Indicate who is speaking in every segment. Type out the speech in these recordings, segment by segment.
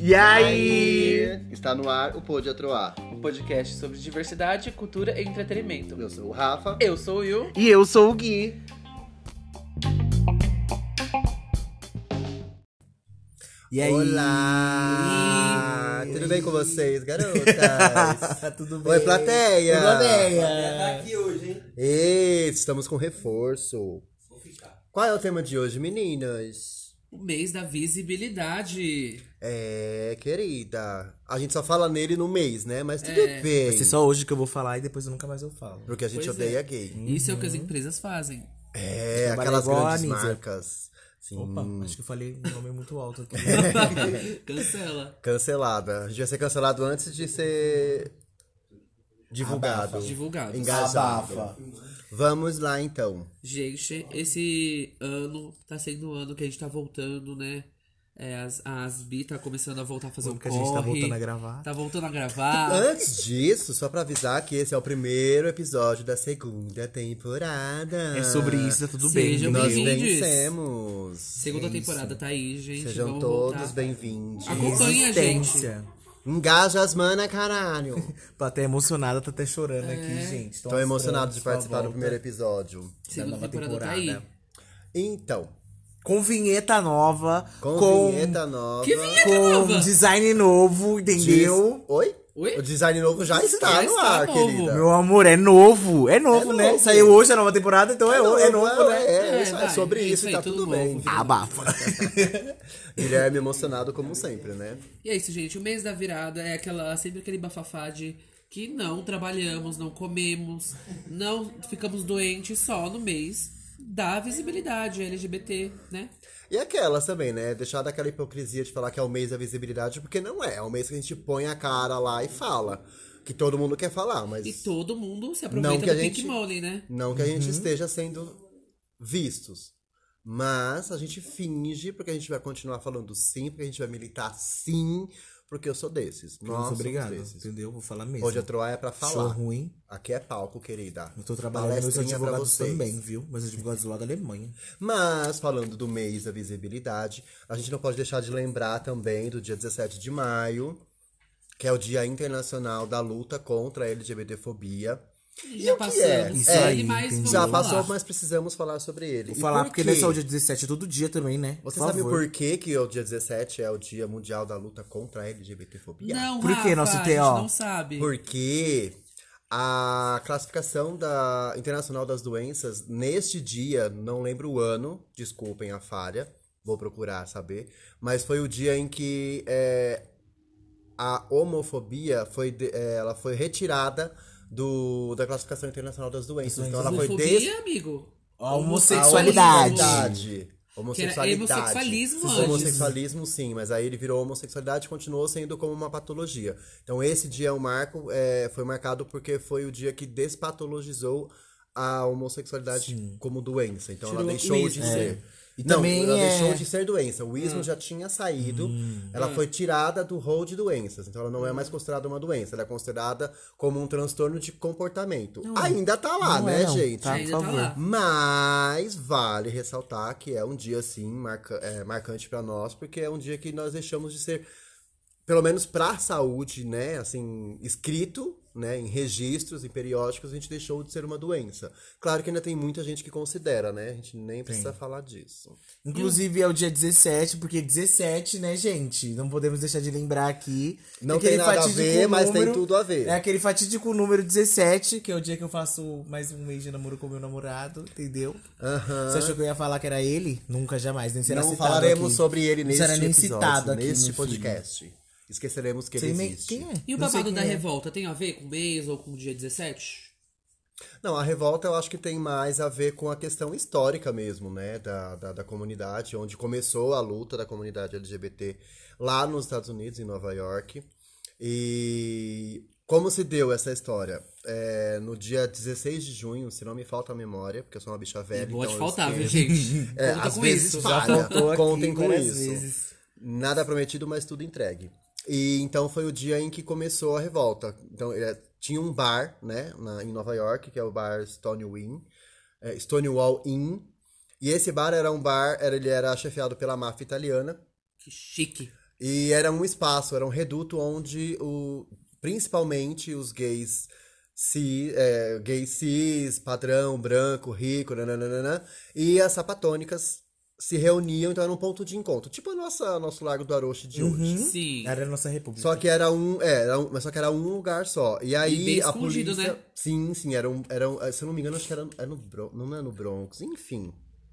Speaker 1: E aí?
Speaker 2: Está no ar o Pod Atroar.
Speaker 3: Um podcast sobre diversidade, cultura e entretenimento.
Speaker 2: Eu sou o Rafa.
Speaker 3: Eu sou o Will.
Speaker 1: E eu sou o Gui.
Speaker 4: E aí?
Speaker 2: Olá!
Speaker 4: E aí?
Speaker 2: Tudo bem com vocês, garotas?
Speaker 4: Tudo bem?
Speaker 2: Oi, plateia! tá
Speaker 4: Tudo bem?
Speaker 2: Ei, estamos com reforço. Qual é o tema de hoje, meninas?
Speaker 3: O mês da visibilidade.
Speaker 2: É, querida. A gente só fala nele no mês, né? Mas tudo bem.
Speaker 4: Vai ser só hoje que eu vou falar e depois eu nunca mais eu falo.
Speaker 2: Porque a gente
Speaker 3: Pois
Speaker 2: odeia gay.
Speaker 3: Isso é o que as
Speaker 4: Uhum.
Speaker 3: empresas fazem.
Speaker 2: É,
Speaker 4: Trabalha
Speaker 2: aquelas
Speaker 4: igual a
Speaker 2: grandes
Speaker 4: Anitta.
Speaker 2: marcas. Sim.
Speaker 4: Opa, acho que eu falei um nome muito alto aqui.
Speaker 3: Cancela.
Speaker 2: Cancelada. A gente vai ser cancelado antes de ser divulgado.
Speaker 4: Então,
Speaker 3: Divulgado.
Speaker 2: Engajado.
Speaker 4: Abafa.
Speaker 2: Vamos lá então.
Speaker 3: Gente, esse ano tá sendo o ano que a gente tá voltando, né? É, as, as Bi tá começando a voltar a fazer um
Speaker 4: Porque a
Speaker 3: corre.
Speaker 4: gente tá voltando a gravar.
Speaker 3: Tá voltando a gravar.
Speaker 2: Antes disso, só pra avisar que esse é o primeiro episódio da segunda temporada.
Speaker 4: É sobre isso, tá tudo
Speaker 3: Sejam
Speaker 4: bem.
Speaker 2: Nós
Speaker 4: Nós...
Speaker 3: bem-vindos.
Speaker 2: vencemos.
Speaker 3: Segunda
Speaker 2: É isso.
Speaker 3: temporada Ah, tá aí, gente.
Speaker 2: Sejam
Speaker 3: Vamos
Speaker 2: todos
Speaker 3: voltar.
Speaker 2: bem-vindos.
Speaker 3: Acompanha a gente.
Speaker 4: Existência.
Speaker 2: Engaja as mana, caralho.
Speaker 4: Plateia emocionada, tá até chorando aqui,
Speaker 3: É.
Speaker 4: gente.
Speaker 2: Tô emocionado de participar do primeiro episódio.
Speaker 3: Segunda
Speaker 4: nova
Speaker 3: temporada tá aí.
Speaker 4: temporada.
Speaker 2: Então,
Speaker 4: Com vinheta nova.
Speaker 2: com,
Speaker 4: Com,
Speaker 2: vinheta nova.
Speaker 3: Que vinheta
Speaker 4: com
Speaker 3: nova!
Speaker 4: design novo, entendeu?
Speaker 2: Diz- Oi?
Speaker 3: Oi?
Speaker 2: O design novo já está
Speaker 3: Já
Speaker 2: no
Speaker 3: está
Speaker 2: ar,
Speaker 3: novo.
Speaker 2: querida.
Speaker 4: Meu amor, é novo. É novo,
Speaker 2: É
Speaker 4: né?
Speaker 2: novo.
Speaker 4: Saiu hoje a nova temporada, então é, o- é novo, né?
Speaker 2: É,
Speaker 3: É,
Speaker 2: isso, é
Speaker 3: vai,
Speaker 2: sobre
Speaker 3: é
Speaker 2: isso,
Speaker 3: isso aí,
Speaker 2: tá
Speaker 3: tudo
Speaker 2: tudo, bem.
Speaker 3: novo.
Speaker 4: Abafa.
Speaker 2: Guilherme emocionado como sempre, né?
Speaker 3: E é isso, gente. O mês da virada é aquela, sempre aquele bafafá de que não trabalhamos, não comemos, não ficamos doentes só no mês da visibilidade LGBT, né?
Speaker 2: E aquelas também, né? Deixar daquela hipocrisia de falar que é o mês da visibilidade, porque não é. É o mês que a gente põe a cara lá e fala. Que todo mundo quer falar, mas
Speaker 3: E todo mundo se
Speaker 2: Não
Speaker 3: aproveita
Speaker 2: que a
Speaker 3: do Pink
Speaker 2: gente-
Speaker 3: Money, né?
Speaker 2: não que a
Speaker 4: Uhum.
Speaker 2: gente esteja sendo vistos. Mas a gente finge, porque a gente vai continuar falando sim, porque a gente vai militar sim, porque eu sou desses. Nós
Speaker 4: Nossa,
Speaker 2: somos
Speaker 4: obrigado.
Speaker 2: desses.
Speaker 4: Entendeu? Vou falar mesmo.
Speaker 2: Hoje a Troá é pra
Speaker 4: Show
Speaker 2: falar.
Speaker 4: ruim.
Speaker 2: Aqui é palco, querida.
Speaker 4: Eu tô trabalhando meus
Speaker 2: Palestrinha pra
Speaker 4: advogados
Speaker 2: vocês.
Speaker 4: também, viu? Meus advogados lá da Alemanha.
Speaker 2: Mas, falando do mês da visibilidade, a gente não pode deixar de lembrar também do dia 17 de maio, que é o Dia Internacional da Luta contra a LGBTfobia.
Speaker 3: E
Speaker 2: E
Speaker 3: já
Speaker 2: o que é?
Speaker 3: passamos
Speaker 4: Isso
Speaker 3: ele,
Speaker 4: aí,
Speaker 3: mas
Speaker 4: entendi.
Speaker 3: vamos
Speaker 2: Já
Speaker 3: lá.
Speaker 2: passou, mas precisamos falar sobre ele.
Speaker 4: Vou
Speaker 2: E
Speaker 4: falar,
Speaker 2: por
Speaker 4: porque
Speaker 2: quê?
Speaker 4: não é só o dia 17, é todo dia também, né?
Speaker 2: Você
Speaker 4: Por
Speaker 2: sabe
Speaker 4: favor.
Speaker 2: por que, que o dia 17 é o Dia Mundial da Luta contra a LGBTfobia?
Speaker 3: Não,
Speaker 4: Por que
Speaker 3: Rafa,
Speaker 4: nosso
Speaker 3: a gente
Speaker 4: TO?
Speaker 3: não sabe.
Speaker 2: Porque a classificação da Internacional das Doenças, neste dia, não lembro o ano, desculpem a falha, vou procurar saber, mas foi o dia em que é, a homofobia foi, de- é, ela foi retirada do, da classificação internacional das doenças. Então ela foi
Speaker 3: Homofobia,
Speaker 2: des...
Speaker 3: amigo.
Speaker 4: A
Speaker 2: a
Speaker 4: homossexualidade.
Speaker 2: homossexualidade. Homossexualidade.
Speaker 3: Que era homossexualismo antes.
Speaker 2: Homossexualismo, sim, mas aí ele virou homossexualidade e continuou sendo como uma patologia. Então esse dia é um marco, é, foi marcado porque foi o dia que despatologizou a homossexualidade como doença. Então ela
Speaker 3: Tirou o
Speaker 2: deixou de
Speaker 3: ismo.
Speaker 2: ser.
Speaker 4: E
Speaker 2: não,
Speaker 4: também
Speaker 2: ela
Speaker 4: é- Ah. Hum.
Speaker 2: deixou de ser doença. O ismo já tinha saído.
Speaker 3: É.
Speaker 2: Ela foi tirada do rol de doenças. Então ela não é mais considerada uma doença. Ela é considerada como um transtorno de comportamento. Ainda tá lá,
Speaker 4: Não é,
Speaker 2: né,
Speaker 4: não.
Speaker 2: gente?
Speaker 4: Tá, por
Speaker 3: Ainda tá
Speaker 4: favor.
Speaker 3: lá.
Speaker 2: Mas vale ressaltar que é um dia, assim, marca- é, marcante pra nós, porque é um dia que nós deixamos de ser, pelo menos pra saúde, né? Assim, escrito, né? Em registros, em periódicos, a gente deixou de ser uma doença. Claro que ainda tem muita gente que considera, né? A gente nem precisa falar disso.
Speaker 4: Inclusive é o dia 17, porque 17, né, gente? Não podemos deixar de lembrar aqui.
Speaker 2: Não
Speaker 4: É aquele
Speaker 2: tem nada a
Speaker 4: fatídico
Speaker 2: ver, mas tem tudo a ver.
Speaker 4: É aquele fatídico número 17, que é o dia que eu faço mais um mês de namoro com meu namorado, entendeu?
Speaker 2: Aham.
Speaker 4: Você achou que eu ia falar que era ele? Nunca, jamais. Nem será
Speaker 2: Não
Speaker 4: citado
Speaker 2: falaremos
Speaker 4: aqui.
Speaker 2: sobre ele
Speaker 4: Não
Speaker 2: neste
Speaker 4: será nem
Speaker 2: episódio,
Speaker 4: citado aqui
Speaker 2: neste
Speaker 4: no
Speaker 2: podcast. Esqueceremos que
Speaker 4: Sei
Speaker 2: ele
Speaker 4: nem
Speaker 2: existe.
Speaker 4: quem é.
Speaker 3: E o
Speaker 4: Não sei
Speaker 3: babado
Speaker 4: quem
Speaker 3: da
Speaker 4: é.
Speaker 3: revolta tem a ver com o mês ou com o dia 17?
Speaker 2: Não, a revolta eu acho que tem mais a ver com a questão histórica mesmo, né? Da, da, da comunidade, onde começou a luta da comunidade LGBT lá nos Estados Unidos, em Nova York. E como se deu essa história? É, no dia 16 de junho, se não me falta a memória, porque eu sou uma bicha velha.
Speaker 3: Pode
Speaker 2: então eu
Speaker 3: faltar, viu,
Speaker 2: esqueço.
Speaker 3: gente?
Speaker 2: É,
Speaker 3: Conta
Speaker 2: às
Speaker 3: com
Speaker 2: vezes
Speaker 3: isso.
Speaker 2: falha.
Speaker 4: faltou aqui
Speaker 2: Contem com
Speaker 4: várias
Speaker 2: isso.
Speaker 4: vezes.
Speaker 2: Nada prometido, mas tudo entregue. E então foi o dia em que começou a revolta. Então é, tinha um bar, né, na- em Nova York, que é o bar Stonewall Inn, é, Stonewall Inn, E esse bar era um bar, era, ele era chefiado pela máfia italiana.
Speaker 3: Que chique.
Speaker 2: E era um espaço, era um reduto onde o, principalmente os gays, ci, é, gays cis, padrão, branco, rico, nananana, e as sapatônicas se reuniam, então era um ponto de encontro. Tipo a nossa, nosso Largo do Aroche de hoje.
Speaker 3: Sim.
Speaker 4: Era a nossa república.
Speaker 2: Só que era um, é, era um- mas só que era um lugar só. E aí
Speaker 3: bem
Speaker 2: a
Speaker 3: escondido,
Speaker 2: polícia,
Speaker 3: né?
Speaker 2: sim, sim, era um, era um- se eu não me engano, acho que era, era no Bron- não é no Bronx, enfim.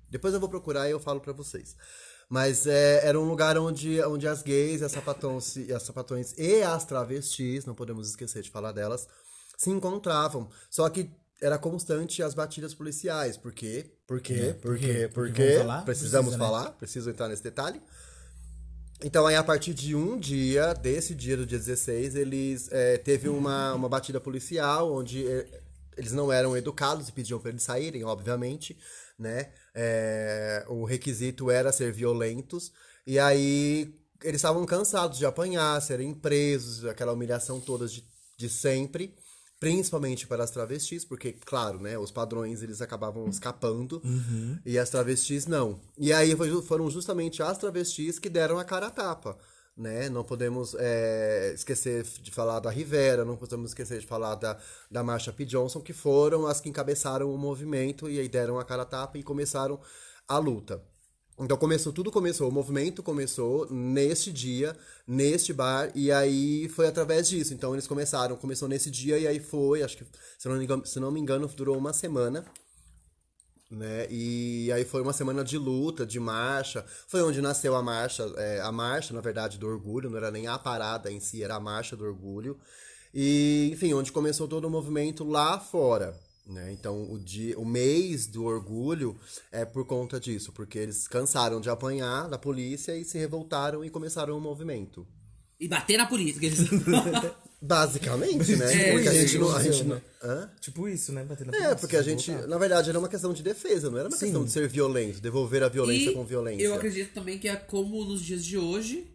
Speaker 2: Depois eu vou procurar e eu falo pra vocês. Mas é, era um lugar onde, onde as gays, as sapatões, as sapatões e as travestis, não podemos esquecer de falar delas, se encontravam. Só que era constante as batidas policiais. Por quê? Por quê? É, Por quê? Por
Speaker 4: Porque
Speaker 2: quê?
Speaker 4: vamos falar?
Speaker 2: Precisamos
Speaker 4: Precisa, né?
Speaker 2: falar? Preciso entrar nesse detalhe? Então, aí, a partir de um dia, desse dia, do dia 16, eles eh, teve uma, uma batida policial, onde eh, eles não eram educados e pediam para eles saírem, obviamente, né? Eh, o requisito era ser violentos, e aí eles estavam cansados de apanhar, serem presos, aquela humilhação toda de, de sempre, principalmente para as travestis, porque, claro, né, os padrões eles acabavam escapando, e as travestis não. E aí foi ju- foram justamente as travestis que deram a cara a tapa. Né? Não podemos é, esquecer de falar da Rivera, não podemos esquecer de falar da, da Marsha P. Johnson, que foram as que encabeçaram o movimento e aí deram a cara a tapa e começaram a luta. Então começou, tudo começou, o movimento começou neste dia, neste bar, e aí foi através disso. Então eles começaram, começou nesse dia, e aí foi, acho que, se não, me engano- se não me engano, durou uma semana né? E aí foi uma semana de luta, de marcha. Foi onde nasceu a marcha, é, a marcha, na verdade, do orgulho, não era nem a parada em si, era a marcha do orgulho. E, enfim, onde começou todo o movimento lá fora. Né? Então, o, dia, o mês do orgulho é por conta disso, porque eles cansaram de apanhar da polícia e se revoltaram e começaram o movimento.
Speaker 3: E bater na política. eles-
Speaker 2: Basicamente, né?
Speaker 3: É,
Speaker 2: porque a gente
Speaker 4: gente,
Speaker 2: não. A
Speaker 4: isso,
Speaker 2: gente não
Speaker 4: né?
Speaker 2: Hã?
Speaker 4: Tipo isso, né? Batendo na
Speaker 2: É,
Speaker 4: polícia,
Speaker 2: porque a gente,
Speaker 4: voltar.
Speaker 2: na verdade, era uma questão de defesa, não era uma questão de ser violento, devolver a violência
Speaker 3: E
Speaker 2: com violência.
Speaker 3: Eu acredito também que é como nos dias de hoje,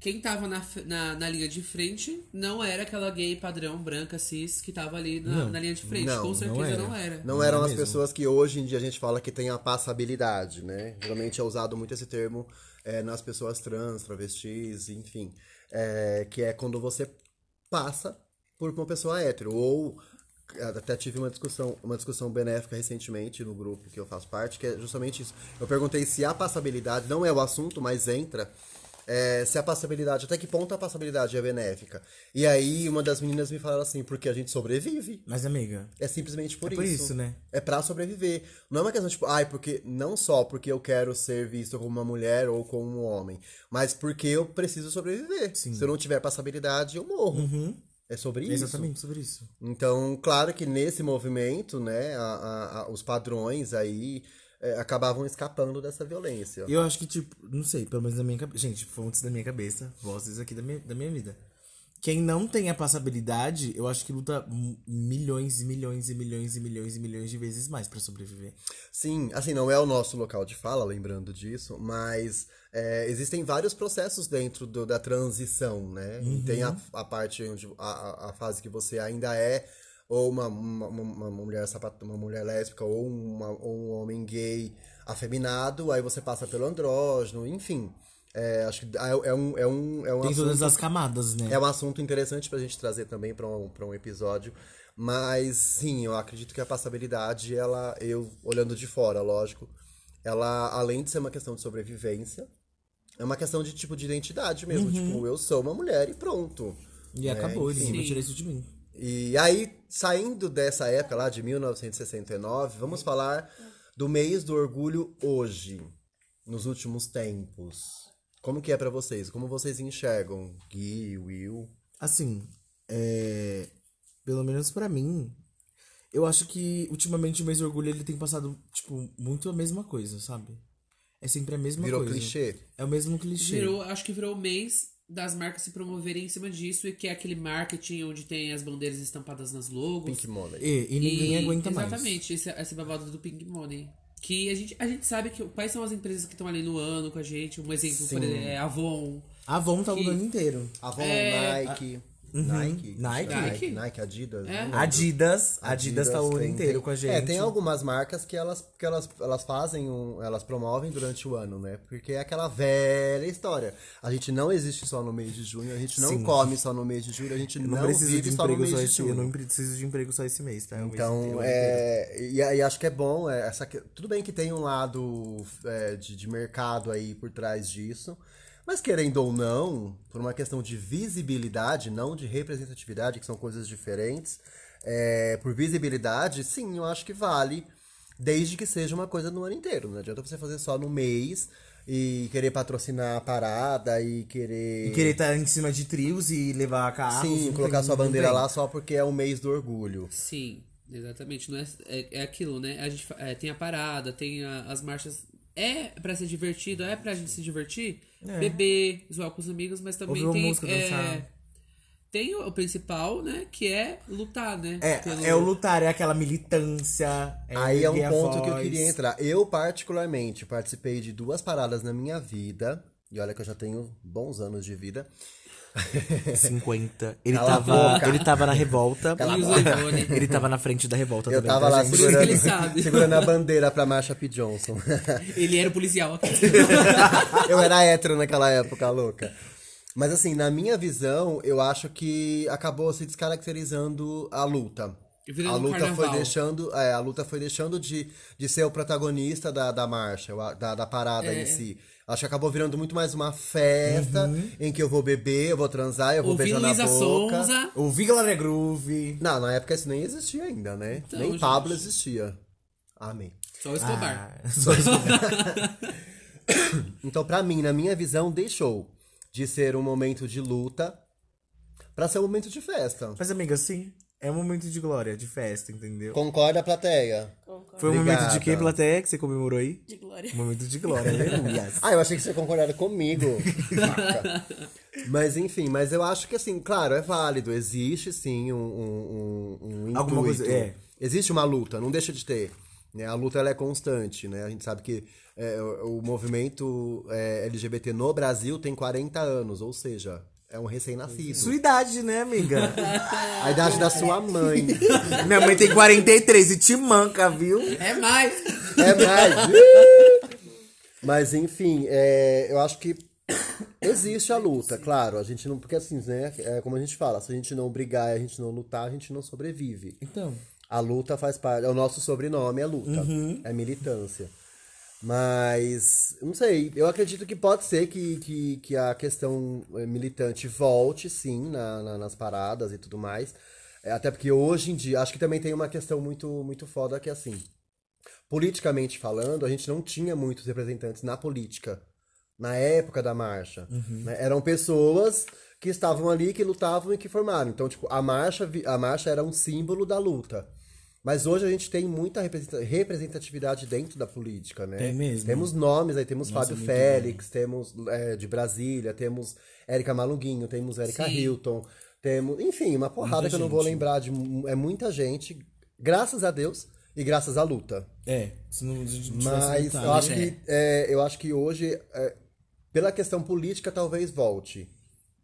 Speaker 3: quem tava na, f- na, na linha de frente não era aquela gay padrão branca cis que tava ali na, na linha de frente.
Speaker 2: Não,
Speaker 3: Com
Speaker 2: não
Speaker 3: certeza não era.
Speaker 4: era.
Speaker 2: Não,
Speaker 4: Não é
Speaker 2: eram as
Speaker 4: mesmo.
Speaker 2: pessoas que hoje em dia a gente fala que tem a passabilidade, né? Geralmente é usado muito esse termo é, nas pessoas trans, travestis, enfim. É, que é quando você passa por uma pessoa hétero. Ou até tive uma discussão, uma discussão benéfica recentemente no grupo que eu faço parte, que é justamente isso. Eu perguntei se a passabilidade não é o assunto, mas entra. é, se a passabilidade, até que ponto a passabilidade é benéfica? E aí, uma das meninas me falou assim, porque a gente sobrevive.
Speaker 4: Mas, amiga,
Speaker 2: É simplesmente por
Speaker 4: É
Speaker 2: isso.
Speaker 4: por isso, né?
Speaker 2: É pra sobreviver. Não é uma questão, tipo, ai, porque. Não só porque eu quero ser visto como uma mulher ou como um homem, mas porque eu preciso sobreviver. Se eu não tiver passabilidade, eu morro. É sobre
Speaker 4: é
Speaker 2: isso.
Speaker 4: exatamente sobre isso.
Speaker 2: Então, claro que nesse movimento, né, a- a- a- os padrões aí é, acabavam escapando dessa violência.
Speaker 4: Eu acho que, tipo, não sei, pelo menos na minha cabeça. Gente, fontes da minha cabeça, vozes aqui da minha, da minha vida. Quem não tem a passabilidade, eu acho que luta m- milhões e milhões e milhões e milhões e milhões de vezes mais pra sobreviver.
Speaker 2: Sim, assim, não é o nosso local de fala, lembrando disso, mas é, existem vários processos dentro do- da transição, né? E Tem a, a parte onde a, a- a fase que você ainda é ou uma, uma, uma- uma mulher sapata, uma mulher lésbica ou, uma- ou um homem gay afeminado, aí você passa pelo andrógeno, enfim. É, acho que é, é um, é um, é um
Speaker 4: Tem
Speaker 2: assunto
Speaker 4: todas as camadas, né?
Speaker 2: é um assunto interessante pra gente trazer também pra um, pra um episódio. Mas sim, eu acredito que a passabilidade, ela, eu, olhando de fora, lógico, ela, além de ser uma questão de sobrevivência, é uma questão de tipo de identidade mesmo. Tipo, eu sou uma mulher e pronto.
Speaker 4: E acabou,
Speaker 2: enfim.
Speaker 4: ninguém vai tirar isso de mim.
Speaker 2: E aí, saindo dessa época lá de 1969, vamos falar do mês do orgulho hoje, nos últimos tempos. Como que é pra vocês? Como vocês enxergam? Gui, Will?
Speaker 4: Assim, é... pelo menos pra mim, eu acho que ultimamente o mês de orgulho ele tem passado, tipo, muito a mesma coisa, sabe? É sempre a mesma
Speaker 2: Virou
Speaker 4: coisa.
Speaker 2: clichê?
Speaker 4: É o mesmo clichê.
Speaker 3: Virou, acho que virou o mês das marcas se promoverem em cima disso e que é aquele marketing onde tem as bandeiras estampadas nas logos.
Speaker 2: Pink Money.
Speaker 4: E, e ninguém aguenta mais.
Speaker 3: Exatamente, esse, esse babado do Pink Money. Que a gente, a gente sabe que quais são as empresas que estão ali no ano com a gente. Um exemplo, por exemplo, é Avon.
Speaker 4: A Avon tá o
Speaker 3: Que-
Speaker 4: ano inteiro.
Speaker 2: Avon,
Speaker 3: É,
Speaker 2: Nike. Nike,
Speaker 4: Uhum. Nike?
Speaker 2: Nike, Nike, Adidas. não lembro.
Speaker 4: Adidas, Adidas tá o ano
Speaker 2: tem-
Speaker 4: inteiro
Speaker 2: tem-
Speaker 4: com a gente.
Speaker 2: É, tem algumas marcas que elas, que elas, elas fazem, um- elas promovem durante o ano, né? Porque é aquela velha história. A gente não existe só no mês de junho, a gente não
Speaker 4: Sim.
Speaker 2: come só no mês de julho, a gente
Speaker 4: Eu
Speaker 2: não,
Speaker 4: não, preciso de
Speaker 2: vive só no
Speaker 4: emprego
Speaker 2: mês
Speaker 4: só
Speaker 2: de
Speaker 4: esse Eu
Speaker 2: julho.
Speaker 4: não preciso de emprego só esse mês, tá? É o mês
Speaker 2: Então,
Speaker 4: inteiro.
Speaker 2: é, e, aí acho que é bom. é, essa, que- tudo bem que tem um lado é, de, de mercado aí por trás disso. Mas querendo ou não, por uma questão de visibilidade, não de representatividade, que são coisas diferentes, é, por visibilidade, sim, eu acho que vale. Desde que seja uma coisa no ano inteiro. Não adianta você fazer só no mês e querer patrocinar a parada e querer.
Speaker 4: E querer estar em cima de trios e levar carros.
Speaker 2: Sim,
Speaker 4: não
Speaker 2: colocar
Speaker 4: tem-
Speaker 2: sua
Speaker 4: não
Speaker 2: bandeira
Speaker 4: tem.
Speaker 2: lá só porque é o mês do orgulho.
Speaker 3: Sim, exatamente. Não é, é, é aquilo, né? A gente fa- é, tem a parada, tem a- as marchas. É pra ser divertido, é pra gente se divertir, beber, zoar com os amigos, mas também
Speaker 4: É. Ouvir uma
Speaker 3: tem.
Speaker 4: música,
Speaker 3: é,
Speaker 4: dançar.
Speaker 3: tem o, o principal, né? Que é lutar, né? Pelo-
Speaker 4: É, é o lutar, é aquela militância. é
Speaker 2: Aí é um
Speaker 4: erguer a
Speaker 2: ponto que eu
Speaker 4: voz.
Speaker 2: queria entrar. Eu, particularmente, participei de duas paradas na minha vida. E olha que eu já tenho bons anos de vida.
Speaker 4: 50. Ele
Speaker 2: Cala a
Speaker 4: tava,
Speaker 2: boca.
Speaker 4: ele tava na revolta.
Speaker 3: Cala a E os boca. iPhone.
Speaker 4: ele tava na frente da revolta
Speaker 2: Eu
Speaker 4: também.
Speaker 2: tava
Speaker 4: tá,
Speaker 2: lá
Speaker 4: gente?
Speaker 3: Por isso que ele
Speaker 2: segurando,
Speaker 3: sabe.
Speaker 2: segurando a bandeira pra Marsha P. Johnson.
Speaker 3: Ele era o policial.
Speaker 2: eu era hétero naquela época, louca. Mas assim, na minha visão, eu acho que acabou se descaracterizando a luta.
Speaker 3: Virando
Speaker 2: A
Speaker 3: um
Speaker 2: luta foi
Speaker 3: carnaval.
Speaker 2: deixando, é, a luta foi deixando de, de ser o protagonista da, da marcha, eu a- da, da parada
Speaker 3: É.
Speaker 2: em si. Acho que acabou virando muito mais uma festa em que eu vou beber, eu vou transar, eu vou
Speaker 3: Ouvi
Speaker 2: beijar na
Speaker 3: Luísa
Speaker 2: boca. assim.
Speaker 3: Sonza.
Speaker 4: Ouvi Glória Groove.
Speaker 2: Não, na época isso nem existia ainda, né?
Speaker 3: Então,
Speaker 2: nem
Speaker 3: gente.
Speaker 2: Pablo existia. Amém.
Speaker 3: Só o Escobar.
Speaker 4: Ah, só escobar.
Speaker 2: Então, pra mim, na minha visão, deixou de ser um momento de luta pra ser um momento de festa.
Speaker 4: Mas, amiga, sim. É um momento de glória, de festa, entendeu?
Speaker 2: Concorda, plateia?
Speaker 5: Concordo.
Speaker 4: Foi um momento de
Speaker 2: Obrigada.
Speaker 4: que, plateia, que você comemorou aí?
Speaker 5: De glória.
Speaker 4: Um momento de glória, né? aleluia.
Speaker 2: Ah, eu achei que você concordava comigo. Vaca. mas enfim, mas eu acho que assim, claro, é válido. Existe sim um, um, um, um
Speaker 4: Alguma
Speaker 2: intuito.
Speaker 4: coisa- é.
Speaker 2: Existe uma luta, não deixa de ter. Né? A luta ela é constante, né? A gente sabe que é, o, o movimento é, LGBT no Brasil tem 40 anos, ou seja, é um recém-nascido.
Speaker 4: Sua idade, né, amiga?
Speaker 2: A idade da sua mãe.
Speaker 4: Minha mãe tem 43 e te manca, viu?
Speaker 3: É mais!
Speaker 2: É mais. Mas enfim, é, eu acho que existe a luta, claro. A gente não. Porque assim, né? É como a gente fala, se a gente não brigar e a gente não lutar, a gente não sobrevive.
Speaker 4: Então.
Speaker 2: A luta faz parte. é O nosso sobrenome é luta. É militância. Mas, não sei, eu acredito que pode ser que, que, que a questão eh, militante volte, sim, na- na- nas paradas e tudo mais. É, Até porque hoje em dia, acho que também tem uma questão muito, muito foda que é assim. Politicamente falando, a gente não tinha muitos representantes na política, na época da marcha.
Speaker 4: Uhum.
Speaker 2: né? Eram pessoas que estavam ali, que lutavam e que formaram. Então, tipo, a marcha, vi- a marcha era um símbolo da luta. Mas hoje a gente tem muita representa- representatividade dentro da política, né?
Speaker 4: Tem mesmo.
Speaker 2: Temos nomes aí, temos
Speaker 4: Nossa,
Speaker 2: Fábio
Speaker 4: muito
Speaker 2: Félix, temos é, de Brasília, temos Érica Malunguinho, temos Érica
Speaker 3: Sim.
Speaker 2: Hilton, temos. Enfim, uma porrada que eu não vou
Speaker 4: gente.
Speaker 2: lembrar de. mu- É muita gente, graças a Deus e graças à luta.
Speaker 4: É, se não, se a gente não tivesse
Speaker 2: Mas
Speaker 4: lutado,
Speaker 2: eu acho,
Speaker 4: né?
Speaker 2: que, é, eu acho que hoje, é, pela questão política, talvez volte.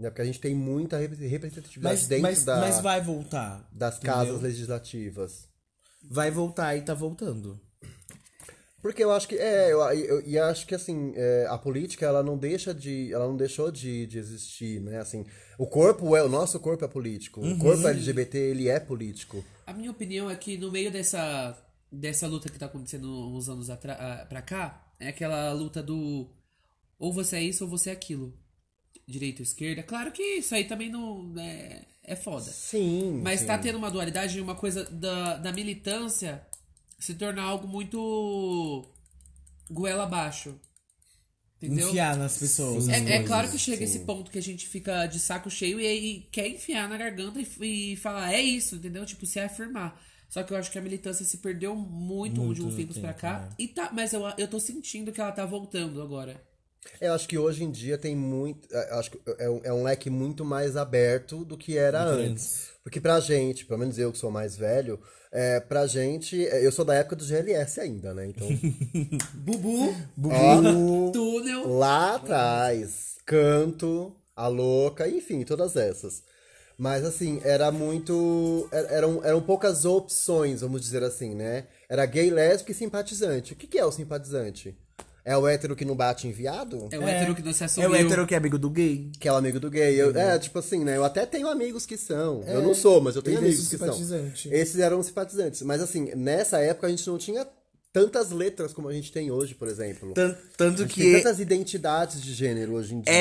Speaker 2: Né? Porque a gente tem muita repre- representatividade
Speaker 4: Mas,
Speaker 2: dentro
Speaker 4: mas,
Speaker 2: da-
Speaker 4: mas vai voltar.
Speaker 2: das
Speaker 4: entendeu?
Speaker 2: casas legislativas.
Speaker 4: Vai voltar e tá voltando.
Speaker 2: Porque eu acho que é, eu, eu- e acho que assim, é, a política ela não deixa de, ela não deixou de, de existir, né? Assim, o corpo é, o nosso corpo é político.
Speaker 4: Uhum.
Speaker 2: O corpo LGBT, ele é político.
Speaker 3: A minha opinião é que no meio dessa, dessa luta que tá acontecendo uns anos atra- ah, pra cá, é aquela luta do ou você é isso ou você é aquilo. Direita ou esquerda. Claro que isso aí também não é, é foda.
Speaker 2: Sim.
Speaker 3: Mas tá
Speaker 2: sim.
Speaker 3: tendo uma dualidade e uma coisa da, da militância se tornar algo muito goela abaixo. Entendeu?
Speaker 4: Enfiar nas pessoas. nas
Speaker 3: É, é
Speaker 4: coisas.
Speaker 3: claro que chega esse ponto que a gente fica de saco cheio e, e quer enfiar na garganta e, e falar, é isso, entendeu? Tipo, se afirmar. Só que eu acho que a militância se perdeu muito,
Speaker 4: Muito
Speaker 3: de uns
Speaker 4: no
Speaker 3: tempos pra
Speaker 4: tempo,
Speaker 3: cá.
Speaker 4: né?
Speaker 3: E tá, mas eu, eu tô sentindo que ela tá voltando agora.
Speaker 2: Eu acho que hoje em dia tem muito. é, Acho que é um, é um leque muito mais aberto do que era
Speaker 4: Do que
Speaker 2: antes.
Speaker 4: antes.
Speaker 2: Porque pra gente, pelo menos eu que sou mais velho, é, pra gente. é, Eu sou da época do GLS ainda, né? Então. Bubu! Bubu!
Speaker 3: Túnel.
Speaker 2: Lá atrás, canto, a louca, enfim, todas essas. Mas assim, era muito. er- Eram, eram poucas opções, vamos dizer assim, né? Era gay, lésbica e simpatizante. O que, que é o simpatizante? É o hétero que não bate em viado?
Speaker 3: É o hétero que não se
Speaker 4: É
Speaker 3: assumiu.
Speaker 4: o hétero que é amigo do gay.
Speaker 2: Que é o amigo do gay.
Speaker 4: Uhum.
Speaker 2: Eu- é, tipo assim, né? Eu até tenho amigos que são.
Speaker 4: É,
Speaker 2: eu não sou, mas eu tenho
Speaker 4: Tem
Speaker 2: amigos
Speaker 4: esse
Speaker 2: que são.
Speaker 4: simpatizante.
Speaker 2: Esses eram simpatizantes. Mas assim, nessa época a gente não tinha tantas letras como a gente tem hoje, por exemplo.
Speaker 4: Tan-
Speaker 2: A
Speaker 4: Tanto
Speaker 2: gente tem
Speaker 4: que é
Speaker 2: tantas identidades de gênero hoje em dia.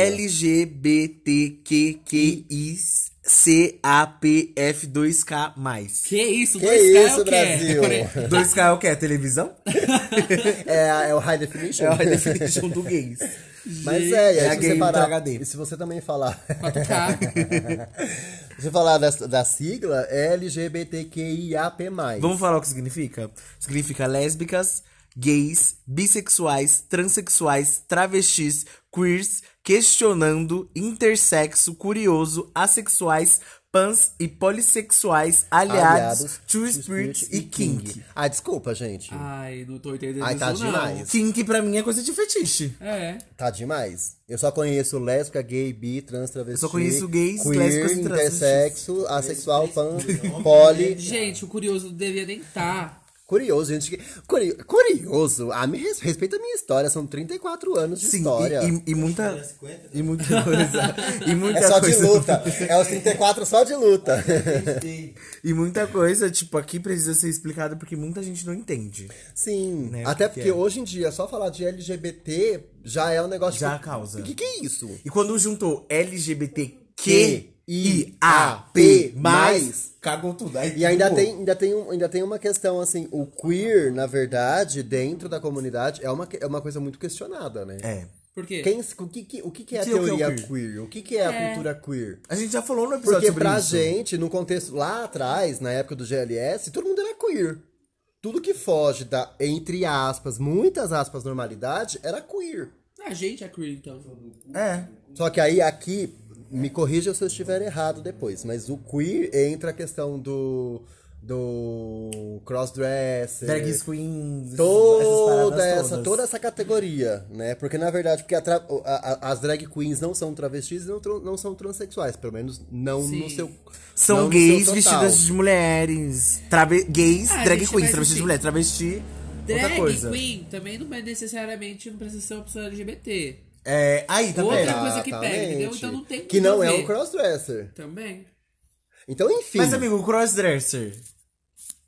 Speaker 4: LGBTQQICAPF2K+.
Speaker 3: Que isso?
Speaker 2: Que
Speaker 3: dois K é
Speaker 2: isso,
Speaker 3: o
Speaker 2: Brasil?
Speaker 3: quê?
Speaker 4: 2K é o quê? É televisão?
Speaker 2: É, é o high definition.
Speaker 4: É a definição do gays.
Speaker 2: Mas é, e aí
Speaker 4: É a
Speaker 2: se
Speaker 4: game
Speaker 2: você parar-
Speaker 4: HD.
Speaker 2: E se você também falar.
Speaker 3: 4K.
Speaker 2: se você falar da, da sigla, é LGBTQIAP.
Speaker 4: Vamos falar o que significa? Significa lésbicas, gays, bissexuais, transexuais, travestis, queers, questionando, intersexo, curioso, assexuais, pans e polissexuais, aliados, two spirits e kink.
Speaker 2: Ah, desculpa, gente.
Speaker 3: Ai, não tô entendendo
Speaker 2: Ai, tá
Speaker 3: isso, não.
Speaker 2: demais.
Speaker 4: Kink pra mim é coisa de fetiche.
Speaker 3: É.
Speaker 2: Tá demais. Eu só conheço lésbica, gay, bi, trans, travesti.
Speaker 4: Eu só conheço gays,
Speaker 2: queer,
Speaker 4: lésbicas e trans.
Speaker 2: intersexo, assexual, pan, poli.
Speaker 3: Gente, o curioso não devia nem tá. estar.
Speaker 2: Curioso, gente. Curi- Curioso. Ah, me res- respeita a minha história. São 34 anos de
Speaker 4: Sim,
Speaker 2: história.
Speaker 4: e, e, e muita. E muita coisa. e muita
Speaker 2: É só de
Speaker 4: coisa.
Speaker 2: luta. É os 34 só de luta.
Speaker 4: E muita coisa, tipo, aqui precisa ser explicado porque muita gente não entende.
Speaker 2: Sim.
Speaker 4: Né,
Speaker 2: Até
Speaker 4: porque
Speaker 2: porque,
Speaker 4: é.
Speaker 2: hoje em dia, só falar de LGBT já é um negócio.
Speaker 4: Já
Speaker 2: que...
Speaker 4: causa.
Speaker 2: O que, que é isso?
Speaker 4: E quando juntou LGBTQ e
Speaker 2: Q-I-A-P+,
Speaker 4: cagou tudo. Aí
Speaker 2: E ainda
Speaker 4: tudo.
Speaker 2: tem, ainda, tem um- ainda tem uma questão, assim, o queer, na verdade, dentro da comunidade, é uma, que- é uma coisa muito questionada, né?
Speaker 4: É.
Speaker 3: Por quê?
Speaker 2: Quem, o, que, que- o que, que é a
Speaker 4: Que- o que é o
Speaker 2: teoria
Speaker 4: queer?
Speaker 2: queer? O que, que é, a cultura queer?
Speaker 4: A gente já falou no episódio
Speaker 2: Porque
Speaker 4: sobre
Speaker 2: pra
Speaker 4: isso.
Speaker 2: gente, no contexto lá atrás, na época do GLS, todo mundo era queer. Tudo que foge da, entre aspas, muitas aspas, normalidade, era queer.
Speaker 3: A gente é queer, então.
Speaker 4: É.
Speaker 2: Só que aí aqui, me corrija se eu estiver errado depois, mas o queer entra a questão do. do crossdresser.
Speaker 4: Drag queens,
Speaker 2: Toda
Speaker 4: essas paradas
Speaker 2: essa, toda
Speaker 4: todas.
Speaker 2: essa categoria, né? Porque na verdade, porque a tra- o- a- a- as drag queens não são travestis e não, tran- não são transexuais, pelo menos não
Speaker 3: Sim.
Speaker 2: no seu. não
Speaker 4: São
Speaker 2: no
Speaker 4: gays
Speaker 2: seu total.
Speaker 4: vestidas de mulheres. Trave... Gays,
Speaker 3: Ah,
Speaker 4: drag
Speaker 3: gente,
Speaker 4: queens,
Speaker 3: mas
Speaker 4: travesti de
Speaker 3: assim,
Speaker 4: mulher, travesti. outra
Speaker 3: Drag
Speaker 4: coisa.
Speaker 3: queen também não é necessariamente, não precisa ser uma pessoa LGBT.
Speaker 4: É. Aí, tá
Speaker 3: Outra
Speaker 4: vendo?
Speaker 3: coisa que pega, entendeu? Então não tem
Speaker 2: Que não
Speaker 3: muito a
Speaker 2: é
Speaker 3: ver.
Speaker 2: um crossdresser.
Speaker 3: Também.
Speaker 2: Então, enfim.
Speaker 4: Mas, amigo, o crossdresser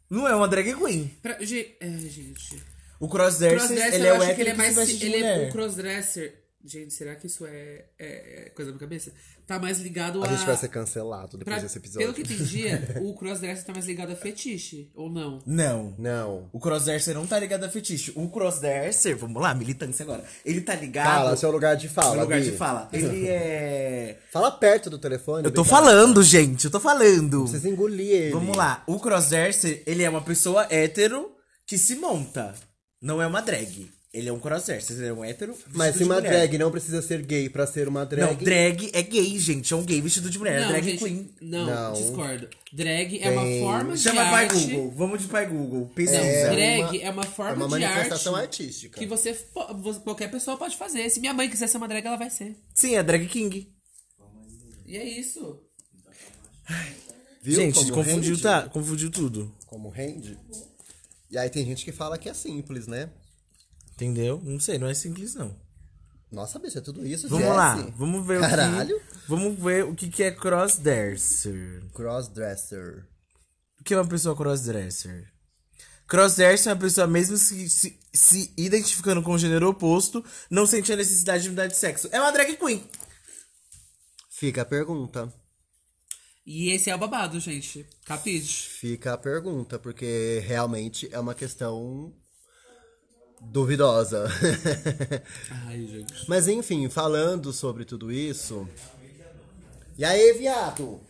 Speaker 4: não é uma drag queen.
Speaker 3: Pra, ge- é, gente.
Speaker 4: O crossdresser,
Speaker 3: Crossdresser, eu
Speaker 4: ele é o
Speaker 3: acho
Speaker 4: hétero
Speaker 3: que ele é mais.
Speaker 4: se veste de
Speaker 3: ele é
Speaker 4: mulher.
Speaker 3: um crossdresser. Gente, será que isso é, é- é coisa da minha cabeça? Tá mais ligado a.
Speaker 2: a gente vai ser cancelado depois
Speaker 3: pra-
Speaker 2: desse episódio.
Speaker 3: Pelo que entendi, o crossdresser tá mais ligado a fetiche, ou não?
Speaker 4: Não.
Speaker 2: Não.
Speaker 4: O crossdresser não tá ligado a fetiche. O crossdresser, vamos lá, militância agora. Ele tá ligado
Speaker 2: Fala, seu lugar de fala.
Speaker 4: no lugar
Speaker 2: Bi.
Speaker 4: de fala. Ele é.
Speaker 2: Fala perto do telefone.
Speaker 4: Eu tô
Speaker 2: Bi.
Speaker 4: falando, gente, eu tô falando.
Speaker 2: Vocês engolir ele.
Speaker 4: Vamos lá. O crossdresser, ele é uma pessoa hétero que se monta. Não é uma drag. Ele é um crossdresser, ele é um hétero. vestido
Speaker 2: Mas se
Speaker 4: de
Speaker 2: uma
Speaker 4: mulher.
Speaker 2: drag não precisa ser gay pra ser uma drag.
Speaker 4: Não, drag é gay, gente. É um gay vestido de mulher. é
Speaker 3: não,
Speaker 4: drag
Speaker 3: gente,
Speaker 4: queen.
Speaker 3: Não,
Speaker 2: Não.
Speaker 3: discordo. Drag é uma
Speaker 2: Tem.
Speaker 3: forma de
Speaker 4: Chama pai
Speaker 3: arte.
Speaker 4: Google. Vamos de pai Google. Pesquisa.
Speaker 3: Não,
Speaker 2: É
Speaker 3: drag
Speaker 2: uma-
Speaker 3: é uma
Speaker 4: um
Speaker 2: É
Speaker 3: forma
Speaker 2: uma
Speaker 3: de
Speaker 2: manifestação
Speaker 3: arte.
Speaker 2: artística.
Speaker 3: Que você, po- vo- qualquer pessoa pode fazer. Se minha mãe quiser ser uma drag, ela vai ser.
Speaker 4: Sim, é drag king.
Speaker 3: E é isso.
Speaker 2: Viu
Speaker 4: gente,
Speaker 2: como
Speaker 4: confundiu,
Speaker 2: rende?
Speaker 4: tá, confundiu tudo.
Speaker 2: Como rende. E aí tem gente que fala que é simples, né?
Speaker 4: Entendeu? Não sei, não é simples não.
Speaker 2: Nossa, bicho, é tudo isso,
Speaker 4: Vamos
Speaker 2: Jesse?
Speaker 4: lá, vamos ver o
Speaker 2: Caralho.
Speaker 4: que. Vamos ver o que, que é crossdresser.
Speaker 2: Crossdresser.
Speaker 4: O que é uma pessoa crossdresser? Crossdresser é uma pessoa mesmo se, se, se identificando com o gênero oposto, não sente a necessidade de mudar de sexo. É uma drag queen.
Speaker 2: Fica a pergunta.
Speaker 3: E esse é o babado, gente. Capite.
Speaker 2: Fica a pergunta, porque realmente é uma questão duvidosa.
Speaker 3: Ai, gente.
Speaker 2: Mas enfim, falando sobre tudo isso. E aí, viado?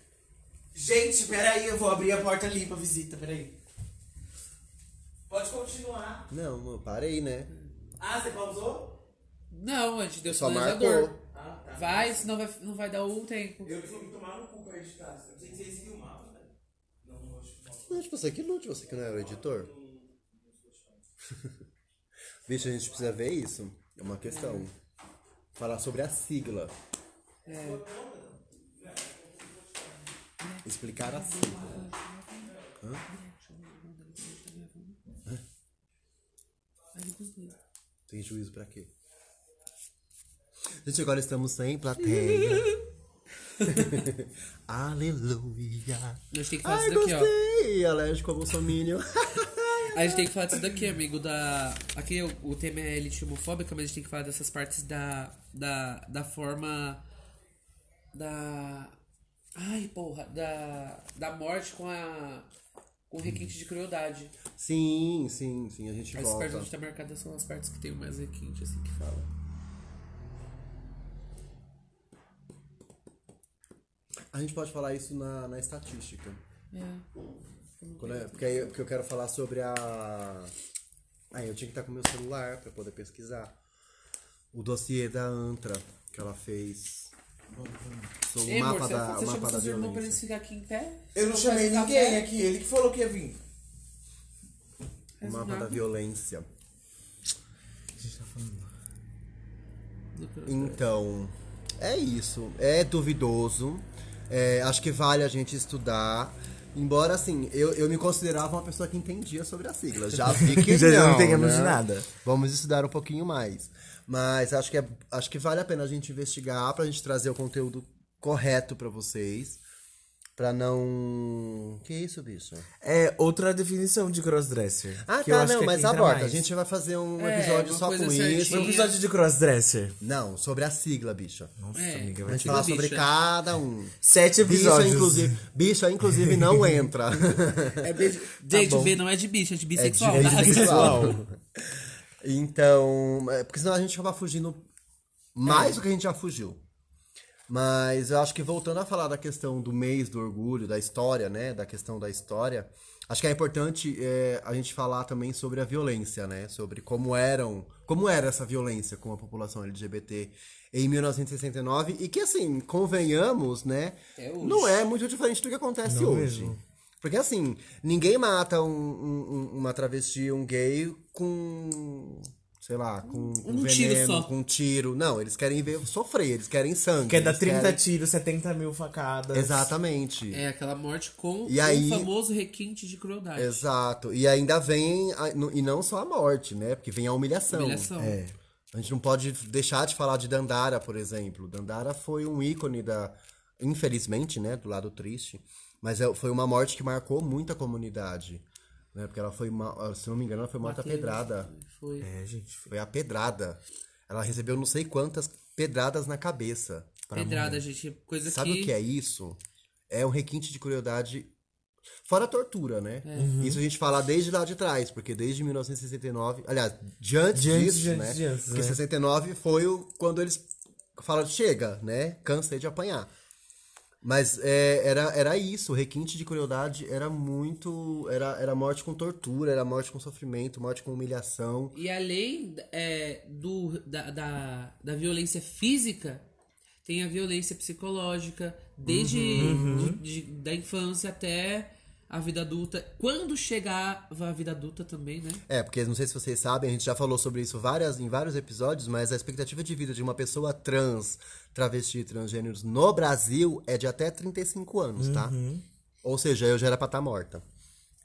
Speaker 4: Gente, peraí, eu vou abrir a porta ali pra visita, peraí. Pode continuar.
Speaker 2: Não, eu parei, né?
Speaker 4: Ah, você pausou?
Speaker 3: Não, a gente deu
Speaker 2: Só
Speaker 3: sinalizador.
Speaker 2: marcou.
Speaker 3: Vai, senão vai, não vai dar o tempo.
Speaker 4: Eu fui tomar no cu perto de casa. Não sei se vocês viram mal, né?
Speaker 2: Não, tipo, você que lute, você que não é o editor. Bicho, a gente precisa ver isso. É uma questão. Falar sobre a sigla. Explicar a sigla. Tem juízo pra quê? Gente, agora estamos sem plateia. Aleluia.
Speaker 3: A gente tem que falar
Speaker 2: Ai,
Speaker 3: disso daqui, ó.
Speaker 2: gostei. Alérgico ao bolsominion.
Speaker 3: A gente tem que falar disso daqui, amigo, da... Aqui o, o tema é elite homofóbica, mas a gente tem que falar dessas partes da... Da, da forma... Da... Ai, porra. Da, da morte com a... Com requinte de crueldade.
Speaker 2: sim, sim, sim. A gente
Speaker 3: As partes
Speaker 2: volta.
Speaker 3: onde tá marcada são as partes que tem mais requinte, assim, que fala. um
Speaker 2: A gente pode falar isso na, na estatística.
Speaker 3: É.
Speaker 2: Quando é- porque, aí- porque eu quero falar sobre a. Aí eu tinha que estar com meu celular pra poder pesquisar. O dossiê da Antra que ela fez. Sobre o
Speaker 3: Ei, amor,
Speaker 2: Um mapa
Speaker 3: você,
Speaker 2: da,
Speaker 3: você
Speaker 2: o mapa
Speaker 3: chama
Speaker 2: da
Speaker 3: seus irmãos pra eles
Speaker 2: violência.
Speaker 3: ficarem aqui em pé?
Speaker 4: Eu não
Speaker 3: Senão
Speaker 4: chamei
Speaker 3: faz
Speaker 4: ninguém
Speaker 3: café. É
Speaker 4: aqui, ele que falou que ia vir.
Speaker 2: O Um mapa da violência.
Speaker 4: tá
Speaker 2: Então, é isso. É duvidoso. É, acho que vale a gente estudar. Embora, assim, eu, eu me considerava uma pessoa que entendia sobre a sigla. Já vi que
Speaker 4: Já
Speaker 2: não,
Speaker 4: não entendemos
Speaker 2: né?
Speaker 4: de nada.
Speaker 2: Vamos estudar um pouquinho mais. Mas acho que, é- acho que vale a pena a gente investigar pra gente trazer o conteúdo correto pra vocês. Pra não... Que isso, bicho?
Speaker 4: É outra definição de crossdresser.
Speaker 2: Ah,
Speaker 4: que eu
Speaker 2: tá,
Speaker 4: acho
Speaker 2: não,
Speaker 4: que
Speaker 2: mas
Speaker 4: aqui entra
Speaker 2: aborda. A
Speaker 4: mais.
Speaker 2: gente vai fazer um
Speaker 3: É,
Speaker 2: episódio
Speaker 3: uma
Speaker 2: só
Speaker 3: coisa
Speaker 2: com
Speaker 4: Um
Speaker 2: isso.
Speaker 3: certinha.
Speaker 4: episódio de crossdresser.
Speaker 2: Não, sobre a sigla, bicha.
Speaker 4: Nossa,
Speaker 3: É.
Speaker 4: amiga,
Speaker 2: A
Speaker 4: vai
Speaker 2: gente
Speaker 4: te...
Speaker 2: falar
Speaker 3: Bicha.
Speaker 2: sobre cada um.
Speaker 4: Sete episódios.
Speaker 2: Bicha, inclusive, bicha, inclusive não entra.
Speaker 3: É beijo. Gente, B não é de bicho, é de bissexual.
Speaker 2: Tá É de
Speaker 3: tá?
Speaker 2: bissexual. então, é, porque senão a gente acaba fugindo um
Speaker 3: É.
Speaker 2: mais do que a gente já fugiu. Mas eu acho que voltando a falar da questão do mês do orgulho, da história, né? Da questão da história, acho que é importante é, a gente falar também sobre a violência, né? Sobre como eram, como era essa violência com a população LGBT em 1969 e que assim, convenhamos, né?
Speaker 3: É hoje.
Speaker 2: não é muito diferente do que acontece
Speaker 4: Não
Speaker 2: hoje.
Speaker 4: mesmo.
Speaker 2: Porque assim, ninguém mata um- um- um- uma travesti, um gay com. Sei lá, com, com
Speaker 3: Um
Speaker 2: veneno,
Speaker 3: tiro só.
Speaker 2: com um tiro. Não, eles querem ver sofrer, eles querem sangue.
Speaker 4: Quer dar
Speaker 2: eles
Speaker 4: 30
Speaker 2: querem-
Speaker 4: tiros, 70 mil facadas.
Speaker 2: Exatamente.
Speaker 3: É aquela morte com
Speaker 2: E
Speaker 3: o
Speaker 2: aí-
Speaker 3: famoso requinte de crueldade.
Speaker 2: Exato. E ainda vem. a- no- e não só a morte, né? Porque vem a humilhação.
Speaker 3: Humilhação.
Speaker 2: É. A gente não pode deixar de falar de Dandara, por exemplo. Dandara foi um ícone da. Infelizmente, né? Do lado triste. Mas é- foi uma morte que marcou muito a comunidade. Né? Porque ela foi, ma- se não me engano, ela foi morta a pedrada.
Speaker 3: Foi.
Speaker 4: É, gente.
Speaker 2: Foi a pedrada. Ela recebeu não sei quantas pedradas na cabeça.
Speaker 3: Pedrada, gente. Coisa
Speaker 2: Sabe
Speaker 3: que.
Speaker 2: o que é isso? É um requinte de crueldade. Fora a tortura, né?
Speaker 3: É.
Speaker 2: Isso a gente fala desde lá de trás, porque desde 1969. Aliás, diante
Speaker 4: Diante,
Speaker 2: disso,
Speaker 4: diante,
Speaker 2: né?
Speaker 4: diante,
Speaker 2: porque
Speaker 4: né?
Speaker 2: 69 foi o, quando eles falaram: chega, né? Cansei de apanhar. Mas é, era, era isso, o requinte de crueldade era muito. Era, era morte com tortura, era morte com sofrimento, morte com humilhação.
Speaker 3: E além é, do, da, da, da violência física, tem a violência psicológica, desde
Speaker 2: Uhum.
Speaker 3: de- de- da infância até a vida adulta. Quando chegava a vida adulta também, né?
Speaker 2: É, porque não sei se vocês sabem, a gente já falou sobre isso várias, em vários episódios, mas a expectativa de vida de uma pessoa trans, travesti e transgêneros no Brasil é de até 35 anos, tá? Ou seja, eu já era pra estar morta.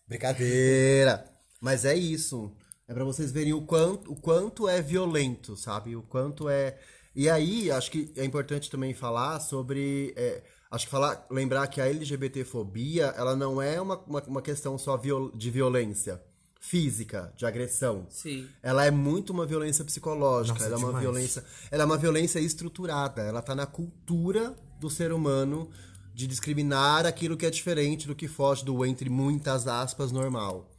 Speaker 2: Brincadeira! mas é isso. É pra vocês verem o quanto, o quanto é violento, sabe? O quanto é. E aí, acho que é importante também falar sobre. é, acho que falar, lembrar que a LGBTfobia, ela não é uma, uma, uma questão só viol- de violência física, de agressão.
Speaker 3: Sim.
Speaker 2: Ela é muito uma violência psicológica,
Speaker 4: Nossa,
Speaker 2: ela é uma
Speaker 4: demais.
Speaker 2: violência, ela é uma violência estruturada, ela tá na cultura do ser humano de discriminar aquilo que é diferente do que foge do entre muitas aspas normal.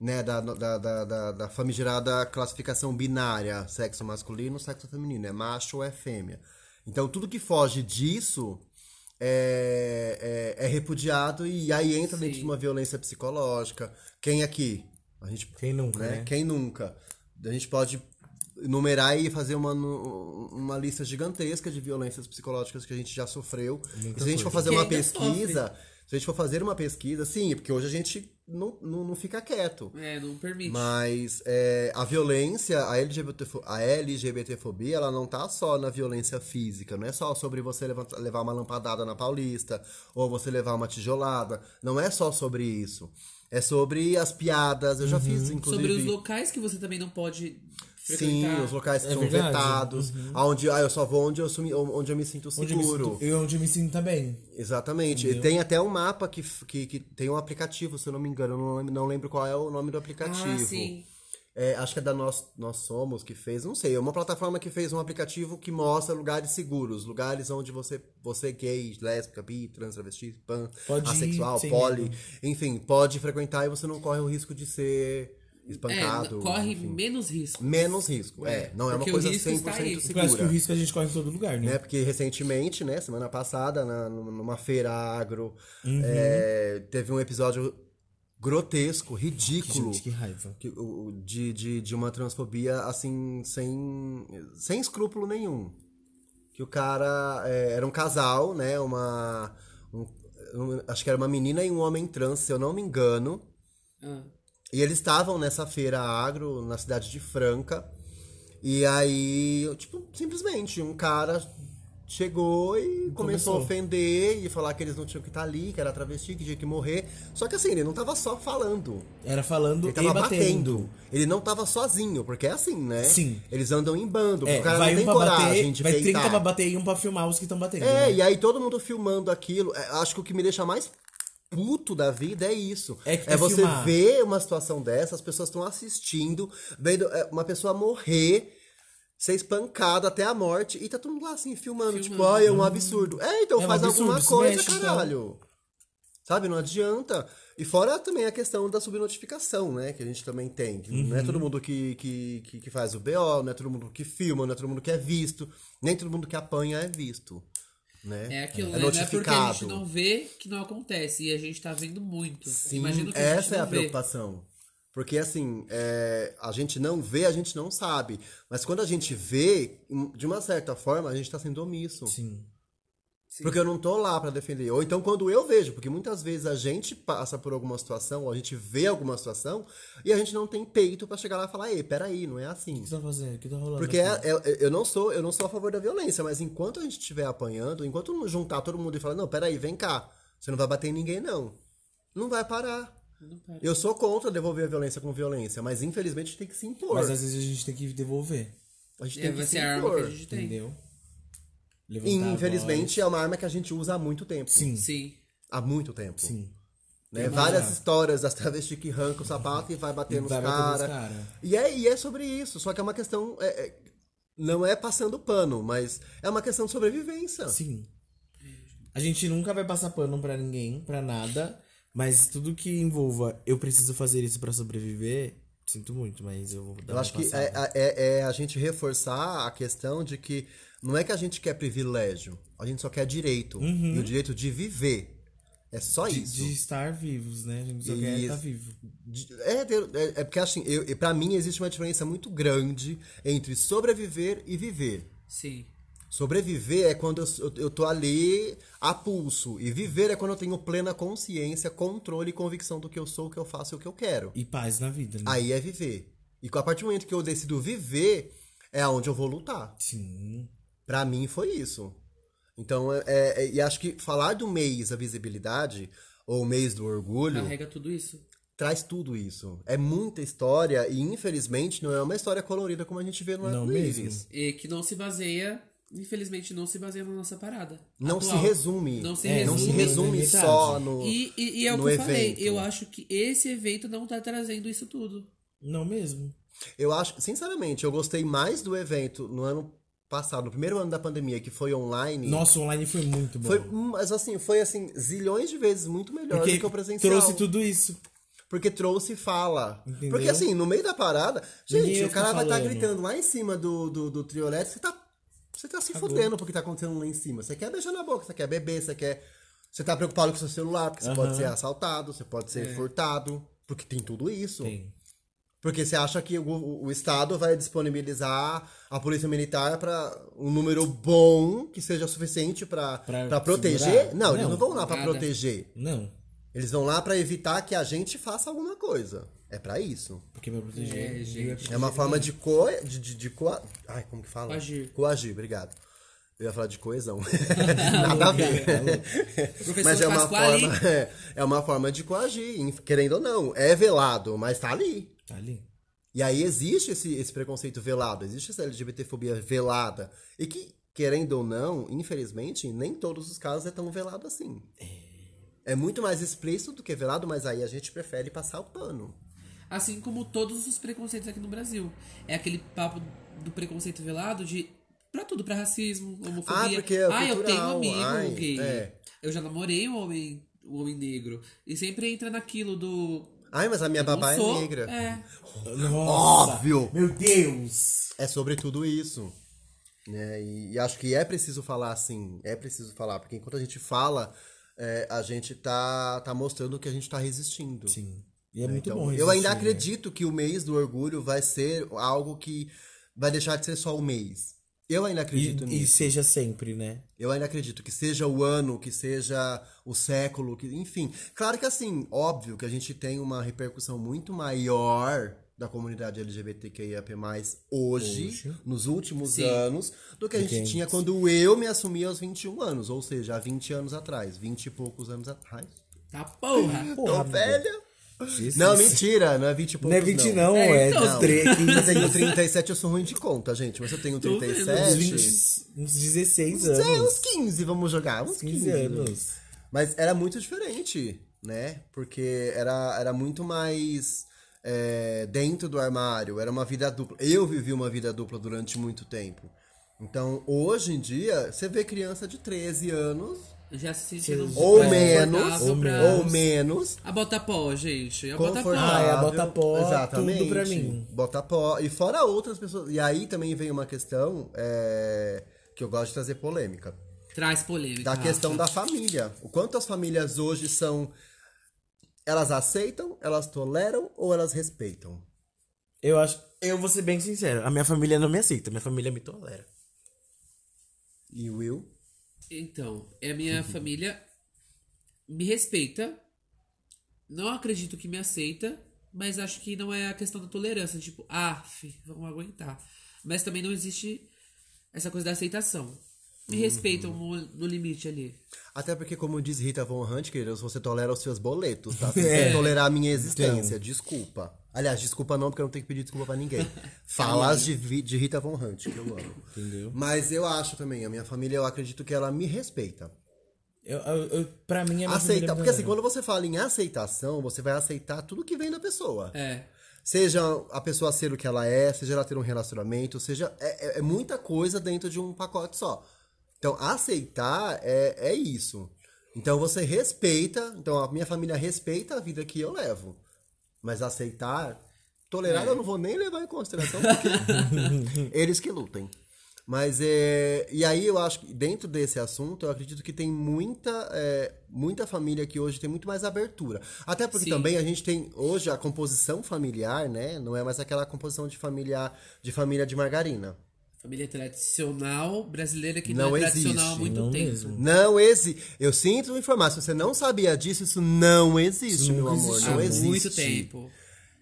Speaker 2: Né, da, da, da, da, da famigerada classificação binária, sexo masculino, sexo feminino, é macho ou é fêmea. Então, tudo que foge disso é, é, é repudiado e aí entra dentro de uma violência psicológica. Quem aqui? A gente
Speaker 4: Quem nunca,
Speaker 2: né?
Speaker 4: né?
Speaker 2: Quem nunca? A gente pode numerar e fazer uma, nu- uma lista gigantesca de violências psicológicas que a gente já sofreu. E se a gente for fazer
Speaker 3: E
Speaker 2: uma
Speaker 3: ainda sofre.
Speaker 2: pesquisa, Se a gente for fazer uma pesquisa, sim, porque hoje a gente não, não, não fica quieto.
Speaker 3: É, não permite.
Speaker 2: Mas é, a violência, a, LGBT, a LGBTfobia, ela não tá só na violência física. Não é só sobre você levantar- levar uma lampadada na Paulista ou você levar uma tijolada. Não é só sobre isso. É sobre as piadas. Eu já fiz, inclusive.
Speaker 3: Sobre os locais que você também não pode
Speaker 2: Sim,
Speaker 3: frequentar.
Speaker 2: os locais que
Speaker 4: É
Speaker 2: são
Speaker 4: verdade.
Speaker 2: vetados. Aonde, ah, eu só vou onde eu, sumi- onde eu me sinto
Speaker 4: Onde eu me
Speaker 2: seguro.
Speaker 4: sinto, eu, onde eu me sinto também.
Speaker 2: Exatamente. E tem até um mapa que, f- que, que tem um aplicativo, se eu não me engano. Eu não, lem- não lembro qual é o nome do aplicativo.
Speaker 3: Ah, sim.
Speaker 2: É, acho que é da Nós, Nós Somos que fez, não sei, é uma plataforma que fez um aplicativo que mostra lugares seguros, lugares onde você, você gay, lésbica, bi, trans, travesti, pan,
Speaker 4: Pode ir
Speaker 2: assexual,
Speaker 4: sem
Speaker 2: poli,
Speaker 4: medo.
Speaker 2: enfim, pode frequentar e você não corre o risco de ser
Speaker 3: É,
Speaker 2: espancado.
Speaker 3: corre
Speaker 2: enfim.
Speaker 3: menos risco.
Speaker 2: menos risco, é. Não é uma
Speaker 3: Porque o
Speaker 2: coisa 100%
Speaker 3: risco está aí.
Speaker 2: segura.
Speaker 3: Porque
Speaker 4: Porque eu acho que o risco a gente corre em todo lugar, né?
Speaker 2: Né? Porque recentemente, né, semana passada, na- numa feira agro,
Speaker 4: Uhum.
Speaker 2: é, teve um episódio grotesco, ridículo.
Speaker 4: Gente, que raiva.
Speaker 2: que- o- o- de, de, de uma transfobia, assim, sem, sem escrúpulo nenhum. Que o cara é, era um casal, né? Uma. um- um- acho que era uma menina e um homem trans, se eu não me engano.
Speaker 3: Ah.
Speaker 2: E eles estavam nessa feira agro, na cidade de Franca. E aí, eu, tipo, simplesmente um cara chegou e começou,
Speaker 4: Começou.
Speaker 2: a ofender e falar que eles não tinham que estar ali, que era travesti, que tinha que morrer. Só que assim, ele não tava só falando.
Speaker 4: Era falando
Speaker 2: Ele tava
Speaker 4: e batendo.
Speaker 2: batendo. Ele não tava sozinho, porque é assim, né?
Speaker 4: Sim.
Speaker 2: Eles andam em bando. porque
Speaker 4: É,
Speaker 2: o cara não
Speaker 4: vai um
Speaker 2: tem
Speaker 4: pra
Speaker 2: coragem
Speaker 4: bater,
Speaker 2: de
Speaker 4: vai 30
Speaker 2: peitar.
Speaker 4: pra bater e um pra filmar os que estão batendo.
Speaker 2: É,
Speaker 4: né?
Speaker 2: e aí todo mundo filmando aquilo. É, Acho que o que me deixa mais puto da vida é isso.
Speaker 4: É que
Speaker 2: você
Speaker 4: filmar.
Speaker 2: ver uma situação dessa, as pessoas estão assistindo, vendo é, uma pessoa morrer, ser espancada até a morte, e tá todo mundo lá assim, filmando, tipo,
Speaker 3: Filmando.
Speaker 2: ai, é um absurdo. É, então
Speaker 4: É um
Speaker 2: faz
Speaker 4: absurdo,
Speaker 2: alguma
Speaker 4: se
Speaker 2: coisa,
Speaker 4: mexe, então.
Speaker 2: caralho. Sabe, não adianta. E fora também a questão da subnotificação, né? Que a gente também tem. Que Não é todo mundo que, que, que, que faz o BO, não é todo mundo que filma, não é todo mundo que é visto. Nem todo mundo que apanha é visto. Né?
Speaker 3: É aquilo, né? Não é porque a gente
Speaker 2: notificado.
Speaker 3: não vê que não acontece. E a gente tá vendo muito.
Speaker 2: Sim,
Speaker 3: Imagina o que a gente
Speaker 2: essa é
Speaker 3: não
Speaker 2: a
Speaker 3: vê.
Speaker 2: preocupação. Porque assim, é, a gente não vê, a gente não sabe. Mas quando a gente vê, de uma certa forma, a gente tá sendo omisso.
Speaker 4: Sim.
Speaker 3: Sim.
Speaker 2: Porque eu não tô lá pra defender. Ou então quando eu vejo, porque muitas vezes a gente passa por alguma situação, ou a gente vê alguma situação, e a gente não tem peito pra chegar lá e falar, ei, peraí, não é assim.
Speaker 4: O que tá fazendo? O que tá rolando?
Speaker 2: Porque
Speaker 4: aqui?
Speaker 2: é-
Speaker 3: assim.
Speaker 2: é- eu não sou, eu não sou a favor da violência, mas enquanto a gente estiver apanhando, enquanto não juntar todo mundo e falar, não, peraí, vem cá, você não vai bater em ninguém, não. Não vai parar.
Speaker 3: Não para.
Speaker 2: Eu sou contra devolver a violência com violência, mas infelizmente a gente tem que se impor.
Speaker 4: Mas às vezes a gente tem que devolver,
Speaker 2: A gente
Speaker 3: É,
Speaker 2: tem
Speaker 3: vai
Speaker 2: que se
Speaker 3: ser a arma que a
Speaker 2: impor.
Speaker 3: gente tem.
Speaker 4: entendeu?
Speaker 2: E,
Speaker 4: Levantar a
Speaker 2: infelizmente é uma arma que a gente usa há muito tempo.
Speaker 4: Sim.
Speaker 3: Sim.
Speaker 2: Há muito tempo.
Speaker 4: voz. Sim.
Speaker 2: Né?
Speaker 4: Tem
Speaker 2: Várias
Speaker 4: mais.
Speaker 2: histórias das travestis que arrancam o sapato e vai bater
Speaker 4: E
Speaker 2: nos
Speaker 4: vai bater nos
Speaker 2: caras.
Speaker 4: cara.
Speaker 2: E é, e é sobre isso, só que é uma questão. é- é- não é passando pano, mas é uma questão de sobrevivência.
Speaker 4: Sim. A gente nunca vai passar pano pra ninguém, pra nada. Mas tudo que envolva eu preciso fazer isso pra sobreviver, sinto muito, mas eu vou dar
Speaker 2: Eu
Speaker 4: uma
Speaker 2: acho que é,
Speaker 4: passada.
Speaker 2: é- é a gente reforçar a questão de que não é que a gente quer privilégio, a gente só quer direito. E o direito de viver. É só
Speaker 4: Uhum. de,
Speaker 2: isso.
Speaker 4: de estar vivos, né? A gente só quer
Speaker 2: Isso.
Speaker 4: estar vivo.
Speaker 2: De- É, ter- é- é porque assim, eu, pra mim existe uma diferença muito grande entre sobreviver e viver.
Speaker 3: Sim.
Speaker 2: Sobreviver é quando eu, s- eu, eu tô ali a pulso. E viver é quando eu tenho plena consciência, controle e convicção do que eu sou, o que eu faço e o que eu quero.
Speaker 4: E paz na vida, né?
Speaker 2: Aí é viver. E a partir do momento que eu decido viver, é onde eu vou lutar.
Speaker 4: Sim.
Speaker 2: Pra mim foi isso. Então, é, é- e acho que falar do mês da visibilidade, ou mês do orgulho,
Speaker 3: Carrega tudo isso.
Speaker 2: traz tudo isso. É muita história e, infelizmente, não é uma história colorida como a gente vê no
Speaker 4: Não
Speaker 2: Arco-Íris.
Speaker 4: mesmo.
Speaker 3: E que não se baseia, infelizmente, não se baseia na nossa parada.
Speaker 2: Não
Speaker 3: atual.
Speaker 2: se resume.
Speaker 3: Não se
Speaker 4: É,
Speaker 2: não se
Speaker 3: resume.
Speaker 2: resume
Speaker 4: Verdade.
Speaker 2: só no.
Speaker 3: E, e- e é o
Speaker 2: no
Speaker 3: que eu falei,
Speaker 2: evento.
Speaker 3: eu acho que esse evento não tá trazendo isso tudo.
Speaker 4: Não mesmo.
Speaker 2: Eu acho, sinceramente, eu gostei mais do evento no ano passado, no primeiro ano da pandemia, que foi online.
Speaker 4: Nossa, o online foi muito bom.
Speaker 2: Foi, mas assim, foi assim, zilhões de vezes muito melhor
Speaker 4: Porque
Speaker 2: do que o presencial.
Speaker 4: trouxe tudo isso.
Speaker 2: Porque trouxe fala.
Speaker 4: Entendeu?
Speaker 2: Porque assim, no meio da parada,
Speaker 4: Ninguém
Speaker 2: gente,
Speaker 4: ia
Speaker 2: o cara
Speaker 4: ficar
Speaker 2: vai estar
Speaker 4: falando.
Speaker 2: gritando lá em cima do, do, do trio elétrico, você tá, você tá se
Speaker 4: Cagou.
Speaker 2: fudendo porque tá acontecendo lá em cima. Você quer beijar na boca, você quer beber, você quer. Você tá preocupado com seu celular, porque você
Speaker 4: Aham. É.
Speaker 2: pode ser assaltado, você pode ser furtado. Porque tem tudo isso.
Speaker 4: Tem.
Speaker 2: Porque você acha que o, o Estado vai disponibilizar a polícia militar para um número bom que seja suficiente para
Speaker 4: Pra
Speaker 2: proteger?
Speaker 4: segurar?
Speaker 2: Não, eles
Speaker 4: Não,
Speaker 2: não vão lá para
Speaker 3: nada.
Speaker 2: proteger.
Speaker 4: Não,
Speaker 2: Eles vão lá para evitar que a gente faça alguma coisa. É para isso.
Speaker 4: porque vai proteger.
Speaker 3: É,
Speaker 4: e
Speaker 3: gente.
Speaker 4: vai proteger.
Speaker 2: É uma forma de co... De, de, de coa- Ai, como que fala?
Speaker 3: Coagir.
Speaker 2: Coagir, obrigado. Eu ia falar de coesão. Nada a
Speaker 4: é
Speaker 2: ver.
Speaker 3: Professor
Speaker 2: mas é uma,
Speaker 3: Pasquale.
Speaker 2: forma, é, é uma forma de coagir, em- querendo ou não. É velado, mas tá ali.
Speaker 4: Tá ali.
Speaker 2: E aí existe esse, esse preconceito velado, existe essa LGBTfobia velada. E que, querendo ou não, infelizmente, nem todos os casos é tão velado assim. É muito mais explícito do que velado, mas aí a gente prefere passar o pano.
Speaker 3: Assim como todos os preconceitos aqui no Brasil. É aquele papo do preconceito velado de. Pra tudo, pra racismo, homofobia.
Speaker 2: Ah, porque é
Speaker 3: ah, eu
Speaker 2: cultural,
Speaker 3: tenho um amigo
Speaker 2: ai,
Speaker 3: gay.
Speaker 2: é.
Speaker 3: Eu já namorei um homem, um homem negro. E sempre entra naquilo do.
Speaker 2: Ai, mas a minha
Speaker 3: não
Speaker 2: babá
Speaker 3: sou,
Speaker 2: é negra.
Speaker 3: É.
Speaker 4: Nossa!
Speaker 2: Óbvio.
Speaker 4: Meu Deus!
Speaker 2: É sobre tudo isso. Né? E, e acho que é preciso falar assim, é preciso falar, porque enquanto a gente fala, é, a gente tá, tá mostrando que a gente tá resistindo.
Speaker 4: Sim. E é, muito
Speaker 2: Então,
Speaker 4: bom
Speaker 2: eu ainda
Speaker 4: resistir, né?
Speaker 2: acredito que o mês do orgulho vai ser algo que vai deixar de ser só o mês. Eu ainda acredito
Speaker 4: E, e
Speaker 2: nisso.
Speaker 4: seja sempre, né?
Speaker 2: Eu ainda acredito que seja o ano, que seja o século, que enfim. Claro que assim, óbvio que a gente tem uma repercussão muito maior da comunidade LGBTQIAP+, hoje,
Speaker 4: Hoje.
Speaker 2: nos últimos
Speaker 3: Sim.
Speaker 2: anos, do que a gente
Speaker 4: Entendi.
Speaker 2: tinha quando eu me assumi aos 21 anos, ou seja, há 20 anos atrás, 20 e poucos anos atrás.
Speaker 3: Tá porra!
Speaker 2: Tô
Speaker 4: Porra,
Speaker 2: velha!
Speaker 4: Jesus.
Speaker 2: Não, mentira, não é 20 e poucos
Speaker 4: Não é 20
Speaker 2: não.
Speaker 4: não,
Speaker 3: É,
Speaker 4: é,
Speaker 3: então.
Speaker 4: de tre-
Speaker 2: Eu
Speaker 4: 15,
Speaker 2: tenho 37, eu sou ruim de conta, gente, mas eu tenho
Speaker 3: Tô vendo.
Speaker 2: 37...
Speaker 4: uns 20, uns 16
Speaker 2: É, Uns- é,
Speaker 4: anos.
Speaker 2: uns 15, vamos jogar. Uns 15,
Speaker 4: 15 anos.
Speaker 2: Mas era muito diferente, né? Porque era, era muito mais é, dentro do armário, era uma vida dupla. Eu vivi uma vida dupla durante muito tempo. Então, hoje em dia, você vê criança de 13 anos,
Speaker 3: Já se sentindo
Speaker 4: Jesus.
Speaker 2: ou
Speaker 3: mais
Speaker 2: menos,
Speaker 3: confortável pra-
Speaker 2: ou menos,
Speaker 3: A bota pó, gente. A bota pó.
Speaker 4: Ah, é
Speaker 2: confortável.
Speaker 4: a bota pó,
Speaker 2: Exatamente.
Speaker 4: tudo pra mim.
Speaker 2: Bota pó. E fora outras pessoas. E aí também vem uma questão é, que eu gosto de trazer polêmica.
Speaker 3: Traz polêmica.
Speaker 4: Ah,
Speaker 2: Da questão
Speaker 3: Rafa.
Speaker 2: da família. O quanto as famílias hoje são. Elas aceitam, elas toleram ou elas respeitam?
Speaker 4: Eu acho. Eu vou ser bem sincero. A minha família não me aceita, minha família me tolera.
Speaker 2: E Will?
Speaker 3: Então, é a minha família me respeita. Não acredito que me aceita, mas acho que não é a questão da tolerância, tipo, ah, fi, vamos aguentar. Mas também não existe essa coisa da aceitação. Me
Speaker 2: Uhum.
Speaker 3: respeitam no, no limite ali.
Speaker 2: Até porque, como diz Rita Von Hunt, queridos, você tolera os seus boletos, tá? Você
Speaker 4: É.
Speaker 2: tem que tolerar a
Speaker 4: Então.
Speaker 2: minha existência. Desculpa. Aliás, desculpa não, porque eu não tenho que pedir desculpa pra ninguém. Falas de, Vi- de Rita Von Hunt, que eu amo.
Speaker 4: Entendeu?
Speaker 2: Mas eu acho também, a minha família, eu acredito que ela me respeita.
Speaker 4: Eu, eu, eu, pra mim, É, a minha família
Speaker 2: Aceita,
Speaker 4: me
Speaker 2: porque assim,
Speaker 4: tolera.
Speaker 2: quando você fala em aceitação, você vai aceitar tudo que vem da pessoa.
Speaker 3: É.
Speaker 2: Seja a pessoa ser o que ela é, seja ela ter um relacionamento, seja. É, é- é muita coisa dentro de um pacote só. Então, aceitar é, é isso. Então, você respeita. Então, a minha família respeita a vida que eu levo. Mas aceitar. Tolerar
Speaker 3: É.
Speaker 2: eu não vou nem levar em consideração, porque eles que lutem. Mas é. E aí eu acho que dentro desse assunto, eu acredito que tem muita, é, muita família que hoje tem muito mais abertura. Até porque
Speaker 3: Sim.
Speaker 2: também a gente tem hoje a composição familiar, né? Não é mais aquela composição de familiar de família de margarina.
Speaker 3: Família tradicional brasileira que não,
Speaker 2: Não
Speaker 3: é tradicional há
Speaker 2: existe,
Speaker 3: muito
Speaker 4: não
Speaker 3: tempo.
Speaker 4: mesmo.
Speaker 2: Não existe. Eu sinto informar. Se você não sabia disso, isso não existe,
Speaker 4: Isso
Speaker 2: meu
Speaker 4: nunca
Speaker 2: amor.
Speaker 4: existiu.
Speaker 3: Há
Speaker 2: Não existe.
Speaker 3: muito tempo.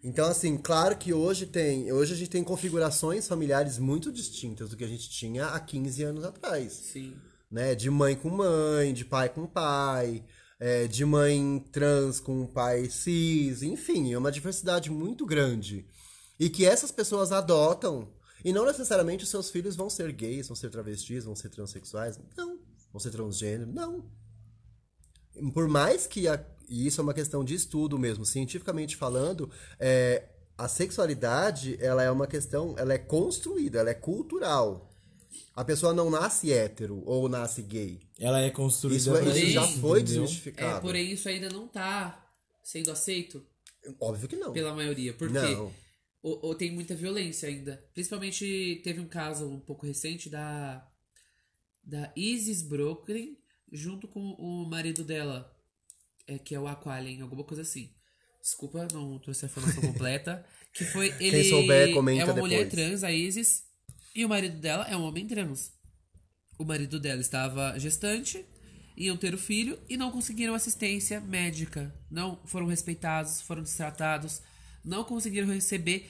Speaker 2: Então, assim, claro que hoje tem. Hoje a gente tem configurações familiares muito distintas do que a gente tinha há 15 anos atrás.
Speaker 3: Sim. É,
Speaker 2: né? De mãe com mãe, de pai com pai, é, de mãe trans com pai cis, enfim, é uma diversidade muito grande. E que essas pessoas adotam. E não necessariamente os seus filhos vão ser gays, vão ser travestis, vão ser transexuais. Não. Vão ser transgênero. Não. Por mais que. A, e isso é uma questão de estudo mesmo, cientificamente falando, é, a sexualidade ela é uma questão. Ela é construída, ela é cultural. A pessoa não nasce hétero ou nasce gay.
Speaker 4: Ela é construída
Speaker 2: Isso, é-
Speaker 4: pra
Speaker 2: isso
Speaker 4: gente,
Speaker 2: já foi
Speaker 4: entendeu?
Speaker 2: desmistificado.
Speaker 3: É, porém, isso ainda não tá sendo aceito
Speaker 2: Óbvio que não.
Speaker 3: pela maioria. Por quê?
Speaker 2: não.
Speaker 3: ou, ou tem muita violência ainda. Principalmente teve um caso um pouco recente da da Isis Brooklyn junto com o marido dela, é que é o Aqualien, alguma coisa assim. Desculpa, não trouxe a informação completa. Que foi ele.
Speaker 2: souber, comenta
Speaker 3: É uma mulher
Speaker 2: depois.
Speaker 3: trans, a Isis, e o marido dela é um homem trans. O marido dela estava gestante, iam ter o filho e não conseguiram assistência médica. Não foram respeitados, foram destratados, não conseguiram receber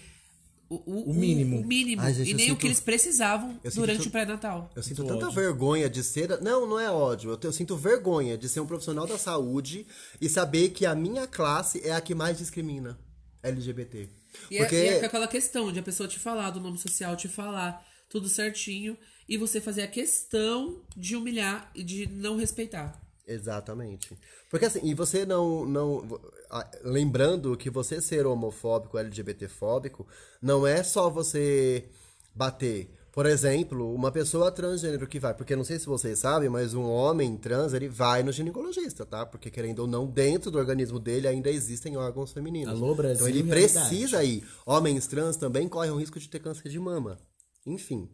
Speaker 3: o, o-
Speaker 4: O mínimo.
Speaker 3: o mínimo
Speaker 2: Ai, gente,
Speaker 3: e
Speaker 2: eu
Speaker 3: nem o
Speaker 2: sinto-
Speaker 3: que eles precisavam
Speaker 2: eu sinto
Speaker 3: durante
Speaker 2: tudo-
Speaker 3: o pré-natal.
Speaker 2: Eu sinto
Speaker 4: Muito
Speaker 2: tanta
Speaker 4: ódio.
Speaker 2: vergonha de ser. Não, não é ódio. Eu, te- eu sinto vergonha de ser um profissional da saúde e saber que a minha classe é a que mais discrimina LGBT.
Speaker 3: E, é-
Speaker 2: Porque.
Speaker 3: e é, com aquela questão de a pessoa te falar do nome social, te falar tudo certinho e você fazer a questão de humilhar e de não respeitar.
Speaker 2: Exatamente. Porque assim, e você não. não ah, lembrando que você ser homofóbico, LGBTfóbico, não é só você bater. Por exemplo, uma pessoa transgênero que vai, porque não sei se vocês sabem, mas um homem trans, ele vai no ginecologista, tá? Porque querendo ou não, dentro do organismo dele ainda existem órgãos femininos.
Speaker 4: Alô, Brasil,
Speaker 2: Então ele
Speaker 4: realidade.
Speaker 2: precisa ir. Homens trans também correm o risco de ter câncer de mama. Enfim.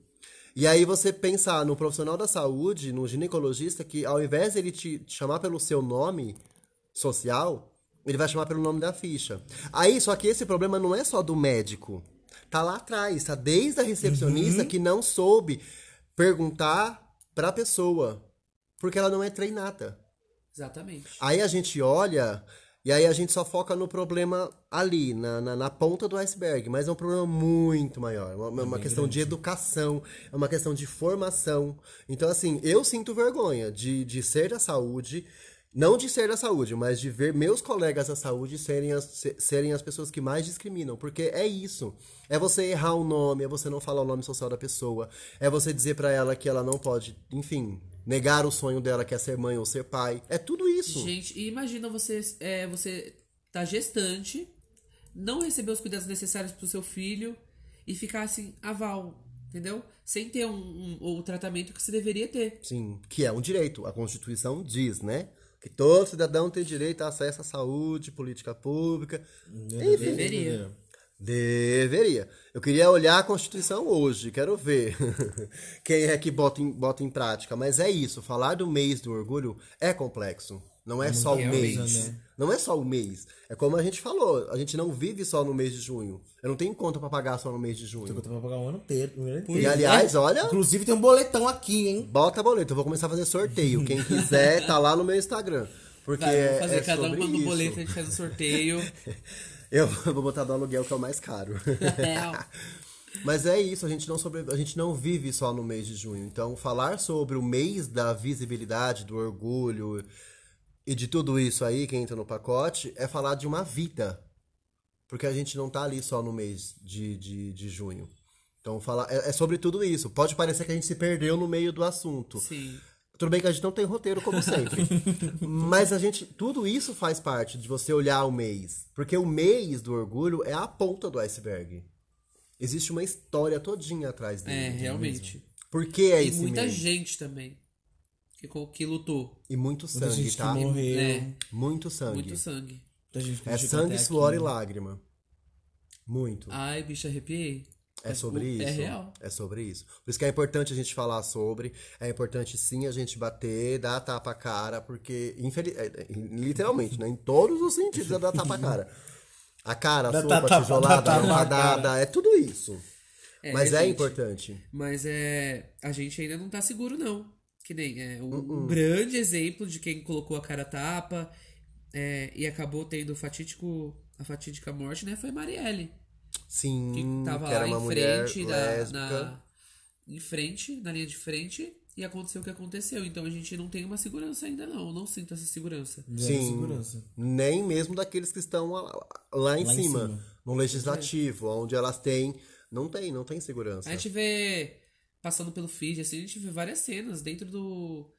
Speaker 2: E aí você pensar no profissional da saúde, no ginecologista, que ao invés dele te te chamar pelo seu nome social, ele vai chamar pelo nome da ficha. Aí, só que esse problema não é só do médico. Tá lá atrás, tá desde a recepcionista que não soube perguntar pra pessoa, porque ela não é treinada.
Speaker 3: Exatamente.
Speaker 2: Aí a gente olha e aí a gente só foca no problema ali, na, na, na ponta do iceberg, mas é um problema muito maior. É Uma, uma questão de educação, é uma questão de formação. Então, assim, eu sinto vergonha de, de ser da saúde. Não de ser da saúde, mas de ver meus colegas da saúde serem as, se- serem as pessoas que mais discriminam. Porque é isso. É você errar o nome, é você não falar o nome social da pessoa, é você dizer pra ela que ela não pode, enfim, negar o sonho dela que é ser mãe ou ser pai. É tudo isso.
Speaker 3: Gente, e imagina você, é, você tá gestante, não receber os cuidados necessários pro seu filho e ficar assim, aval, entendeu? Sem ter um, um- o tratamento que você deveria ter.
Speaker 2: Sim, que é um direito. A Constituição diz, né? Que todo cidadão tem direito a acesso à saúde, política pública. Enfim,
Speaker 3: Deveria.
Speaker 2: deveria. Eu queria olhar a Constituição hoje, quero ver quem é que bota em, bota em prática. Mas é isso, falar do mês do orgulho é complexo. Não é só o
Speaker 3: realmente,
Speaker 2: mês.
Speaker 4: né?
Speaker 2: Não é só o mês. É como a gente falou, a gente não vive só no mês de junho. Eu não tenho conta pra pagar só no mês de
Speaker 4: Eu
Speaker 2: junho.
Speaker 4: tô pra pagar um ano inteiro. Um ano
Speaker 2: E
Speaker 4: inteiro.
Speaker 2: aliás, olha,
Speaker 4: Inclusive tem um boletão aqui, hein?
Speaker 2: Bota boleto, eu vou começar a fazer sorteio. Quem quiser, tá lá no meu Instagram. Porque
Speaker 3: Vai,
Speaker 2: é,
Speaker 3: vamos fazer
Speaker 2: é
Speaker 3: cada um
Speaker 2: sobre
Speaker 3: manda um
Speaker 2: isso.
Speaker 3: boleto, a gente faz um sorteio.
Speaker 2: Eu vou botar do aluguel, que é o mais caro.
Speaker 3: É,
Speaker 2: Mas é isso, a gente, não sobre... a gente não vive só no mês de junho. Então, falar sobre o mês da visibilidade, do orgulho e de tudo isso aí que entra no pacote é falar de uma vida. Porque a gente não tá ali só no mês de, de, de junho. Então, falar... é, é sobre tudo isso. Pode parecer que a gente se perdeu no meio do assunto.
Speaker 3: sim.
Speaker 2: Tudo bem que a gente não tem roteiro, como sempre. Mas a gente. Tudo isso faz parte de você olhar o mês. Porque o mês do orgulho é a ponta do iceberg. Existe uma história todinha atrás dele.
Speaker 3: É, realmente.
Speaker 2: Por que é
Speaker 3: E
Speaker 2: esse
Speaker 3: muita
Speaker 2: mês?
Speaker 3: gente também. Que, co- que lutou.
Speaker 2: E muito
Speaker 4: Muita
Speaker 2: sangue,
Speaker 4: gente
Speaker 2: tá?
Speaker 4: que morreu.
Speaker 3: É.
Speaker 2: Muito sangue.
Speaker 3: Muito sangue.
Speaker 4: muita gente que
Speaker 2: É
Speaker 4: não chegou
Speaker 2: sangue,
Speaker 4: até
Speaker 2: suor
Speaker 4: aqui.
Speaker 2: e lágrima. Muito.
Speaker 3: Ai, bicho, arrepiei.
Speaker 2: É sobre isso.
Speaker 3: É real.
Speaker 2: É sobre isso. Por isso que é importante a gente falar sobre. É importante sim a gente bater, dar a tapa à cara, porque, infeli- é, é, literalmente, né? Em todos os sentidos é dar tapa à cara. A cara, a
Speaker 4: Dá
Speaker 2: sopa,
Speaker 4: tapa-
Speaker 2: a tijolada,
Speaker 4: dá
Speaker 2: a
Speaker 4: tapa na
Speaker 2: rodada, é tudo isso.
Speaker 3: É,
Speaker 2: Mas é
Speaker 3: gente,
Speaker 2: importante.
Speaker 3: Mas é. A gente ainda não tá seguro, não. Que nem é um
Speaker 2: Uh-uh.
Speaker 3: grande exemplo de quem colocou a cara a tapa é, e acabou tendo o fatídico. A fatídica morte, né? Foi Marielle.
Speaker 2: Sim,
Speaker 3: Que tava
Speaker 2: Hum, que era
Speaker 3: lá
Speaker 2: uma
Speaker 3: em
Speaker 2: mulher
Speaker 3: frente da,
Speaker 2: lésbica.
Speaker 3: na. Em frente, na linha de frente, e aconteceu o que aconteceu. Então a gente não tem uma segurança ainda, não. Eu não sinto essa segurança.
Speaker 4: Zero
Speaker 2: Sim.
Speaker 4: segurança.
Speaker 2: Nem mesmo daqueles que estão lá, lá em,
Speaker 4: Lá em
Speaker 2: cima,
Speaker 4: cima.
Speaker 2: no legislativo, onde elas têm. Não tem, não tem segurança.
Speaker 3: A gente vê, passando pelo feed, assim, a gente vê várias cenas dentro do,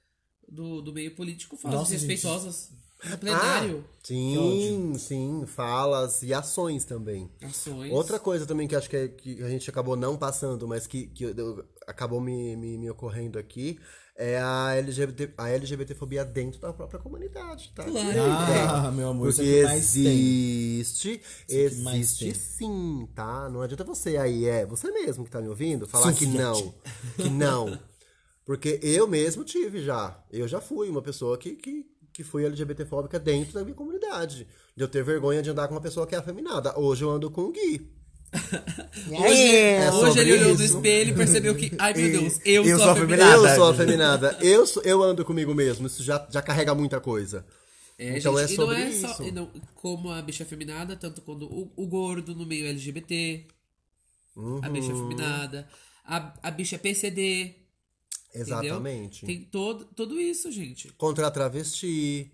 Speaker 3: do, do meio político falas
Speaker 4: Nossa,
Speaker 3: respeitosas no plenário.
Speaker 2: Ah, sim, sim, falas e ações também.
Speaker 3: Ações.
Speaker 2: Outra coisa também que acho que, é- que a gente acabou não passando, mas que, que eu- eu- acabou me, me, me ocorrendo aqui, é a, LGBT, a LGBTfobia dentro da própria comunidade, tá?
Speaker 3: Claro.
Speaker 4: Ah, meu amor,
Speaker 2: Porque
Speaker 4: isso é o que mais tem.
Speaker 2: existe,
Speaker 4: é o que mais
Speaker 2: existe
Speaker 4: tem.
Speaker 2: sim, tá? Não adianta você aí, é você mesmo que tá me ouvindo, falar que não, que não. Porque eu mesmo tive já, eu já fui uma pessoa que, que, que fui LGBTfóbica dentro da minha comunidade. de eu ter vergonha de andar com uma pessoa que é afeminada. Hoje eu ando com o Gui.
Speaker 3: Hoje,
Speaker 2: É
Speaker 3: hoje
Speaker 2: sobre
Speaker 3: ele olhou no
Speaker 2: isso.
Speaker 3: espelho e percebeu que, ai meu Deus, eu,
Speaker 4: eu
Speaker 3: sou
Speaker 4: sou
Speaker 3: afeminada.
Speaker 4: Nada,
Speaker 2: eu sou
Speaker 4: gente.
Speaker 2: afeminada. eu, sou- eu ando comigo mesmo. Isso já, já carrega muita coisa.
Speaker 3: É,
Speaker 2: então
Speaker 3: gente,
Speaker 2: é
Speaker 3: e não
Speaker 2: sobre
Speaker 3: é só,
Speaker 2: isso.
Speaker 3: e não- como a bicha é afeminada, tanto quando o, o gordo no meio LGBT, a bicha é
Speaker 2: Uhum.
Speaker 3: afeminada, a, a bicha é PCD, entendeu?
Speaker 2: Exatamente.
Speaker 3: Tem todo, tudo isso, gente.
Speaker 2: Contra a travesti,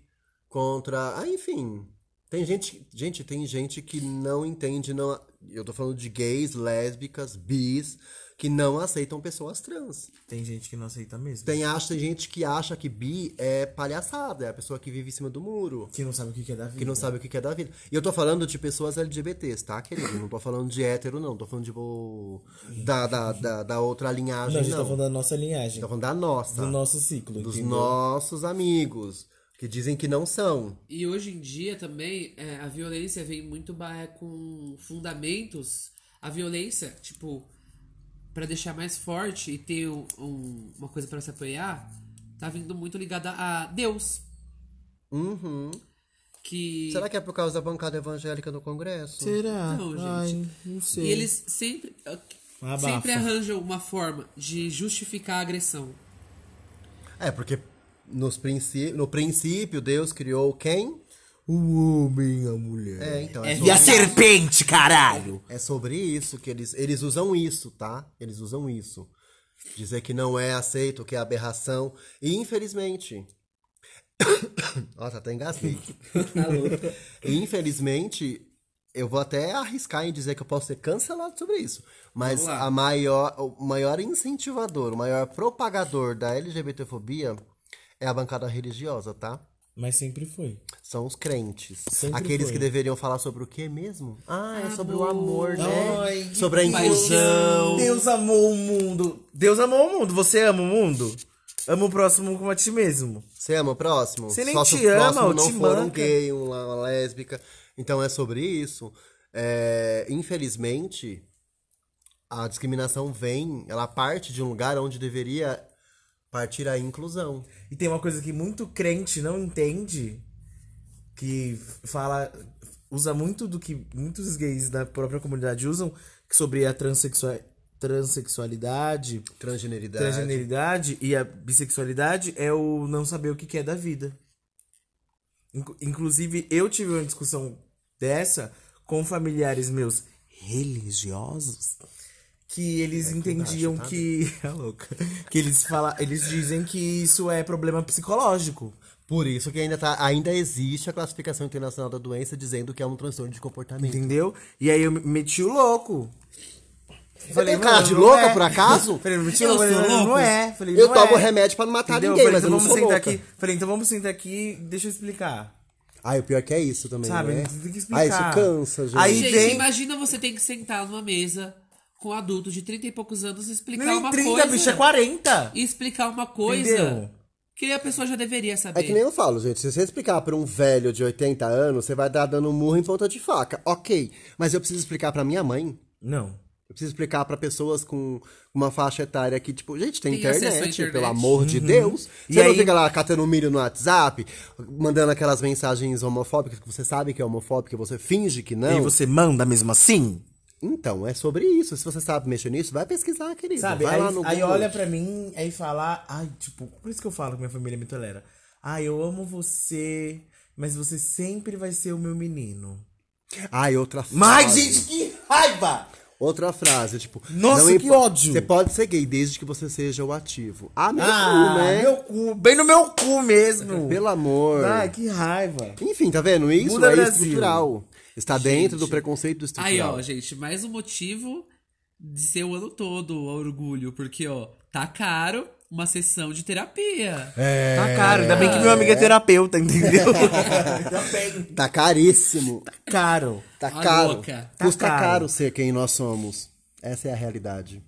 Speaker 2: contra. Ah, enfim. Tem gente. Gente, tem gente que não entende. Não... Eu tô falando de gays, lésbicas, bis, que não aceitam pessoas trans.
Speaker 4: Tem gente que não aceita mesmo.
Speaker 2: Tem, acha, tem gente que acha que bi é palhaçada, é a pessoa que vive em cima do muro.
Speaker 4: Que não sabe o que que é da vida.
Speaker 2: Que não sabe o que que é da vida. E eu tô falando de pessoas LGBTs, tá, querido? Não tô falando de hétero, não. Tô falando, tipo, da, da, da, da outra
Speaker 4: Não, a
Speaker 2: linhagem,
Speaker 4: gente
Speaker 2: não.
Speaker 4: tá falando da nossa linhagem.
Speaker 2: Tô falando da nossa.
Speaker 4: Do nosso ciclo,
Speaker 2: dos
Speaker 4: entendeu?
Speaker 2: nossos amigos. Que dizem que não são.
Speaker 3: E hoje em dia também é, a violência vem muito ba- é, com fundamentos. A violência, tipo, pra deixar mais forte e ter um- um- uma coisa pra se apoiar, tá vindo muito ligada a Deus.
Speaker 2: Uhum.
Speaker 3: Que
Speaker 2: Será que é por causa da bancada evangélica no Congresso?
Speaker 4: Será?
Speaker 3: Não, gente.
Speaker 4: Ai, não sei.
Speaker 3: E eles sempre, ah,
Speaker 4: Abafa.
Speaker 3: sempre arranjam uma forma de justificar a agressão.
Speaker 2: É, porque nos princí- no princípio Deus criou quem?
Speaker 4: O homem e a mulher.
Speaker 2: É, então.
Speaker 3: É,
Speaker 2: É,
Speaker 4: E
Speaker 2: sobre,
Speaker 4: a serpente, caralho!
Speaker 2: é sobre isso que eles. Eles usam isso, tá? Eles usam isso. Dizer que não é aceito, que é aberração. E infelizmente. Nossa, até engasguei. E, infelizmente, eu vou até arriscar em dizer que eu posso ser cancelado sobre isso. Mas
Speaker 3: Vamos lá.
Speaker 2: a maior, o maior incentivador, o maior propagador da LGBTfobia é a bancada religiosa, tá?
Speaker 4: Mas sempre foi.
Speaker 2: São os crentes.
Speaker 4: Sempre
Speaker 2: Aqueles
Speaker 4: foi.
Speaker 2: que deveriam falar sobre o que mesmo? Ah, é sobre o
Speaker 3: Amor.
Speaker 2: amor, né?
Speaker 4: Ai, que
Speaker 2: sobre a
Speaker 3: paixão.
Speaker 2: inclusão.
Speaker 4: Deus amou o mundo. Deus amou o mundo. Você ama o mundo? Ama o próximo como a ti mesmo.
Speaker 2: Você ama o próximo?
Speaker 4: Você nem
Speaker 2: Só se
Speaker 4: te
Speaker 2: o
Speaker 4: ama,
Speaker 2: próximo
Speaker 4: ou
Speaker 2: não
Speaker 4: te
Speaker 2: for um
Speaker 4: manca.
Speaker 2: gay, uma, uma lésbica. Então é sobre isso. É, infelizmente, a discriminação vem, ela parte de um lugar onde deveria partir a inclusão.
Speaker 4: E tem uma coisa que muito crente não entende, que fala usa muito do que muitos gays da própria comunidade usam que sobre a transexua transexualidade,
Speaker 2: Transgeneridade.
Speaker 4: transgeneridade e a bissexualidade é o não saber o que que é da vida. Incu- Inclusive, eu tive uma discussão dessa com familiares meus religiosos que eles entendiam
Speaker 2: embaixo, tá?
Speaker 4: que é louca. Que eles fala, eles dizem que isso é problema psicológico.
Speaker 2: Por isso que ainda, tá, ainda existe a classificação internacional da doença dizendo que é um transtorno de comportamento.
Speaker 4: Entendeu? E aí eu me meti o louco.
Speaker 2: Você tem cara de louca, por acaso?
Speaker 4: é." Falei, me meti o
Speaker 3: Eu
Speaker 4: louco.
Speaker 3: sou
Speaker 4: Falei, Não
Speaker 3: louco?
Speaker 4: é. Falei,
Speaker 2: Eu
Speaker 4: não
Speaker 2: tomo
Speaker 4: é.
Speaker 2: remédio pra não matar
Speaker 4: Entendeu?
Speaker 2: ninguém,
Speaker 4: Falei,
Speaker 2: mas eu não
Speaker 4: então vamos
Speaker 2: sou
Speaker 4: sentar
Speaker 2: louca.
Speaker 4: aqui. Falei, então vamos sentar aqui e deixa eu explicar.
Speaker 2: Ah, e o pior que é isso também,
Speaker 4: Sabe,
Speaker 2: né?
Speaker 4: tem que
Speaker 2: Ah, isso
Speaker 4: explicar.
Speaker 2: cansa, gente.
Speaker 4: Aí- E
Speaker 3: Gente,
Speaker 4: vem-
Speaker 3: imagina você tem que sentar numa mesa com adultos de 30 e poucos anos e explicar
Speaker 4: Nem
Speaker 3: uma
Speaker 4: 30,
Speaker 3: coisa.
Speaker 4: bicho, é 40.
Speaker 3: E né? explicar uma coisa
Speaker 4: Entendeu?
Speaker 3: que a pessoa já deveria saber.
Speaker 2: É que nem eu falo, gente. Se você explicar pra um velho de 80 anos, você vai dar dando murro em ponta de faca. Ok. Mas eu preciso explicar pra minha mãe.
Speaker 4: Não.
Speaker 2: Eu preciso explicar pra pessoas com uma faixa etária que, tipo, gente, tem,
Speaker 3: Tem acesso à
Speaker 2: internet,
Speaker 3: internet.
Speaker 2: pelo amor de Deus.
Speaker 4: Uhum. E
Speaker 2: Você não
Speaker 4: aí-
Speaker 2: fica lá catando milho no WhatsApp, mandando aquelas mensagens homofóbicas que você sabe que é homofóbica e você finge que não.
Speaker 4: E você manda mesmo assim?
Speaker 2: Então, é sobre isso. Se você sabe mexer nisso, vai pesquisar, querido.
Speaker 4: Sabe?
Speaker 2: vai
Speaker 4: Aí,
Speaker 2: lá no
Speaker 4: aí
Speaker 2: Google.
Speaker 4: olha pra mim, aí fala, ai, tipo, por isso que eu falo que minha família me tolera. Ai, eu amo você, mas você sempre vai ser o meu menino.
Speaker 2: Ai, outra frase.
Speaker 4: Mas, gente, que raiva!
Speaker 2: Outra frase, tipo...
Speaker 4: Nossa,
Speaker 2: não
Speaker 4: que
Speaker 2: impo-
Speaker 4: ódio.
Speaker 2: Você pode ser gay desde que você seja o ativo. Ah, meu
Speaker 4: Ah,
Speaker 2: cu, né?
Speaker 4: meu cu, bem no meu cu mesmo.
Speaker 2: Pelo amor.
Speaker 4: Ai, que raiva.
Speaker 2: Enfim, tá vendo? Isso
Speaker 4: Muda
Speaker 2: é
Speaker 4: Brasil.
Speaker 2: estrutural. Está dentro do preconceito
Speaker 3: Aí,
Speaker 2: estrutural.
Speaker 3: ó, gente, mais um motivo de ser o ano todo o orgulho, porque, ó, tá caro uma sessão de terapia.
Speaker 2: É.
Speaker 4: Tá caro, ainda bem que meu amigo é terapeuta, entendeu? ainda bem.
Speaker 2: Tá caríssimo.
Speaker 4: Caro.
Speaker 2: Tá
Speaker 3: Tá
Speaker 2: caro.
Speaker 3: louca.
Speaker 4: Tá
Speaker 2: Custa
Speaker 4: caro.
Speaker 2: caro. ser quem nós somos. Essa é a realidade.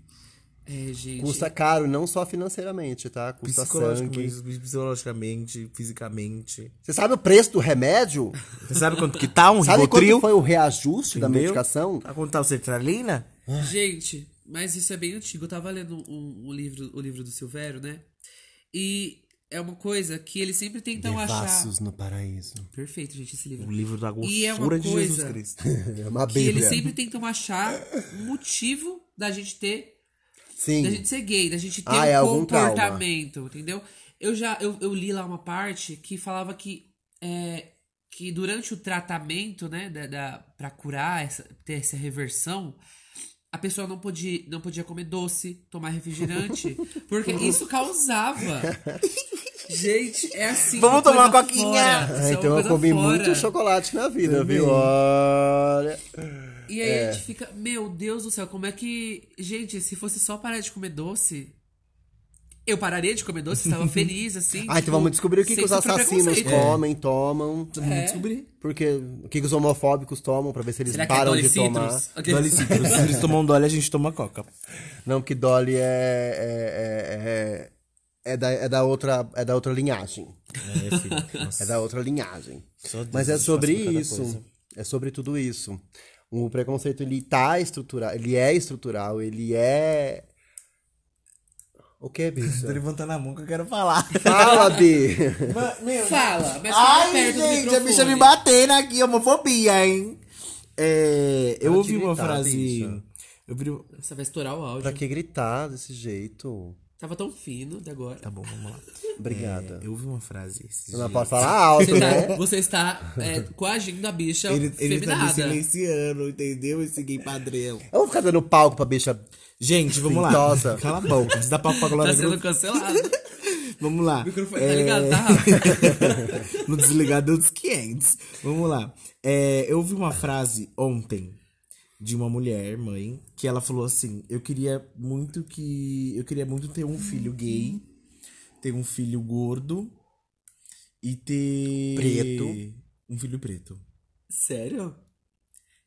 Speaker 3: É, gente.
Speaker 2: Custa caro, não só financeiramente, tá? Custa sangue.
Speaker 4: Psicologicamente, psicologicamente, fisicamente.
Speaker 2: Você sabe o preço do remédio?
Speaker 4: Você sabe quanto que tá um
Speaker 2: Sabe
Speaker 4: Rivotril?
Speaker 2: quanto foi o reajuste da
Speaker 4: Entendeu?
Speaker 2: medicação?
Speaker 4: Sabe quanto tá o sertralina?
Speaker 3: Ah. Gente, mas isso é bem antigo. Eu tava lendo um, um livro, o livro do Silvério, né? E é uma coisa que eles sempre tentam Então, achar.
Speaker 2: Devassos no paraíso.
Speaker 3: Perfeito, gente, esse livro.
Speaker 4: O livro da gordura
Speaker 3: E é uma
Speaker 4: de Jesus
Speaker 3: coisa-
Speaker 4: Cristo.
Speaker 2: É uma
Speaker 3: Que eles
Speaker 2: bíblia.
Speaker 3: sempre tentam achar um motivo da gente ter da
Speaker 2: Sim.
Speaker 3: gente ser gay, da gente ter
Speaker 2: Ah, é
Speaker 3: um
Speaker 2: algum
Speaker 3: comportamento, entendeu? Eu já eu, eu li lá uma parte que falava que é, que durante o tratamento, né, da, da para curar essa ter essa reversão, a pessoa não podia não podia comer doce, tomar refrigerante, porque isso causava Gente, é assim.
Speaker 4: Vamos
Speaker 3: uma coisa
Speaker 4: tomar uma
Speaker 3: fora,
Speaker 4: coquinha.
Speaker 2: Ah,
Speaker 3: isso é
Speaker 2: então
Speaker 3: uma
Speaker 2: eu
Speaker 3: coisa
Speaker 2: comi
Speaker 3: fora.
Speaker 2: muito chocolate na vida,
Speaker 4: Também.
Speaker 2: viu? Olha.
Speaker 3: E aí
Speaker 2: É.
Speaker 3: a gente fica, meu Deus do céu, como é que. Gente, se fosse só parar de comer doce. Eu pararia de comer doce, estava feliz, assim.
Speaker 2: Ah, então vamos descobrir o que, que
Speaker 3: sem
Speaker 2: os
Speaker 3: sofrer
Speaker 2: assassinos
Speaker 3: preconceito. É.
Speaker 2: comem, tomam.
Speaker 4: Vamos descobrir.
Speaker 2: Porque o que, que os homofóbicos tomam pra ver se eles
Speaker 3: Será que é
Speaker 2: param
Speaker 3: Dolly
Speaker 2: de tomar.
Speaker 3: Citrus? Aqueles-
Speaker 4: Dolly Citrus. Se eles tomam Dolly, a gente toma Coca.
Speaker 2: Não, porque Dolly é. É, é, é- é da, é, da outra, é da outra linhagem.
Speaker 4: É, filho. Nossa.
Speaker 2: É da outra linhagem.
Speaker 4: Só Deus
Speaker 2: Mas é
Speaker 4: nos
Speaker 2: sobre
Speaker 4: faz por cada
Speaker 2: isso.
Speaker 4: coisa.
Speaker 2: É sobre tudo isso. O preconceito, ele tá estrutural. Ele é estrutural. Ele é. O que, bicho?
Speaker 4: Tô levantando a mão que eu quero falar.
Speaker 2: Fala, Bi!
Speaker 3: Fala, mas fala
Speaker 4: Ai,
Speaker 3: perto do
Speaker 4: gente, a
Speaker 3: microfone.
Speaker 4: bicha me batendo aqui, homofobia, hein? É, eu
Speaker 2: Para
Speaker 4: ouvi
Speaker 2: de
Speaker 4: uma
Speaker 2: gritar,
Speaker 4: frase.
Speaker 2: bicha.
Speaker 4: Eu vi.
Speaker 3: Nossa, vai estourar o áudio.
Speaker 2: Pra que gritar desse jeito?
Speaker 3: Tava tão fino até agora.
Speaker 4: Tá bom, vamos lá.
Speaker 2: Obrigada.
Speaker 4: É, eu ouvi uma frase. esses
Speaker 2: Você não
Speaker 4: dias.
Speaker 2: pode falar alto,
Speaker 3: Você
Speaker 2: né?
Speaker 3: tá, você está é, coagindo a bicha
Speaker 4: Ele, ele tá me
Speaker 2: assim,
Speaker 3: feminada.
Speaker 4: silenciando, entendeu? Esse gay padrão.
Speaker 2: Eu vou ficar dando palco pra bicha.
Speaker 4: Gente, vamos lá.
Speaker 2: Pintosa.
Speaker 4: Cala a boca. Você dá papo pra
Speaker 3: Tá
Speaker 4: Glória
Speaker 3: sendo
Speaker 4: Groove?
Speaker 3: cancelado.
Speaker 4: Vamos lá.
Speaker 3: O microfone tá
Speaker 4: É,
Speaker 3: ligado, tá? Rafa?
Speaker 4: no desligar deu dos 500. Vamos lá. É, eu ouvi uma frase ontem de uma mulher, mãe, que ela falou assim: "Eu queria muito que eu queria muito ter um filho gay, ter um filho gordo e ter
Speaker 2: Preto.
Speaker 4: um filho preto".
Speaker 3: Sério?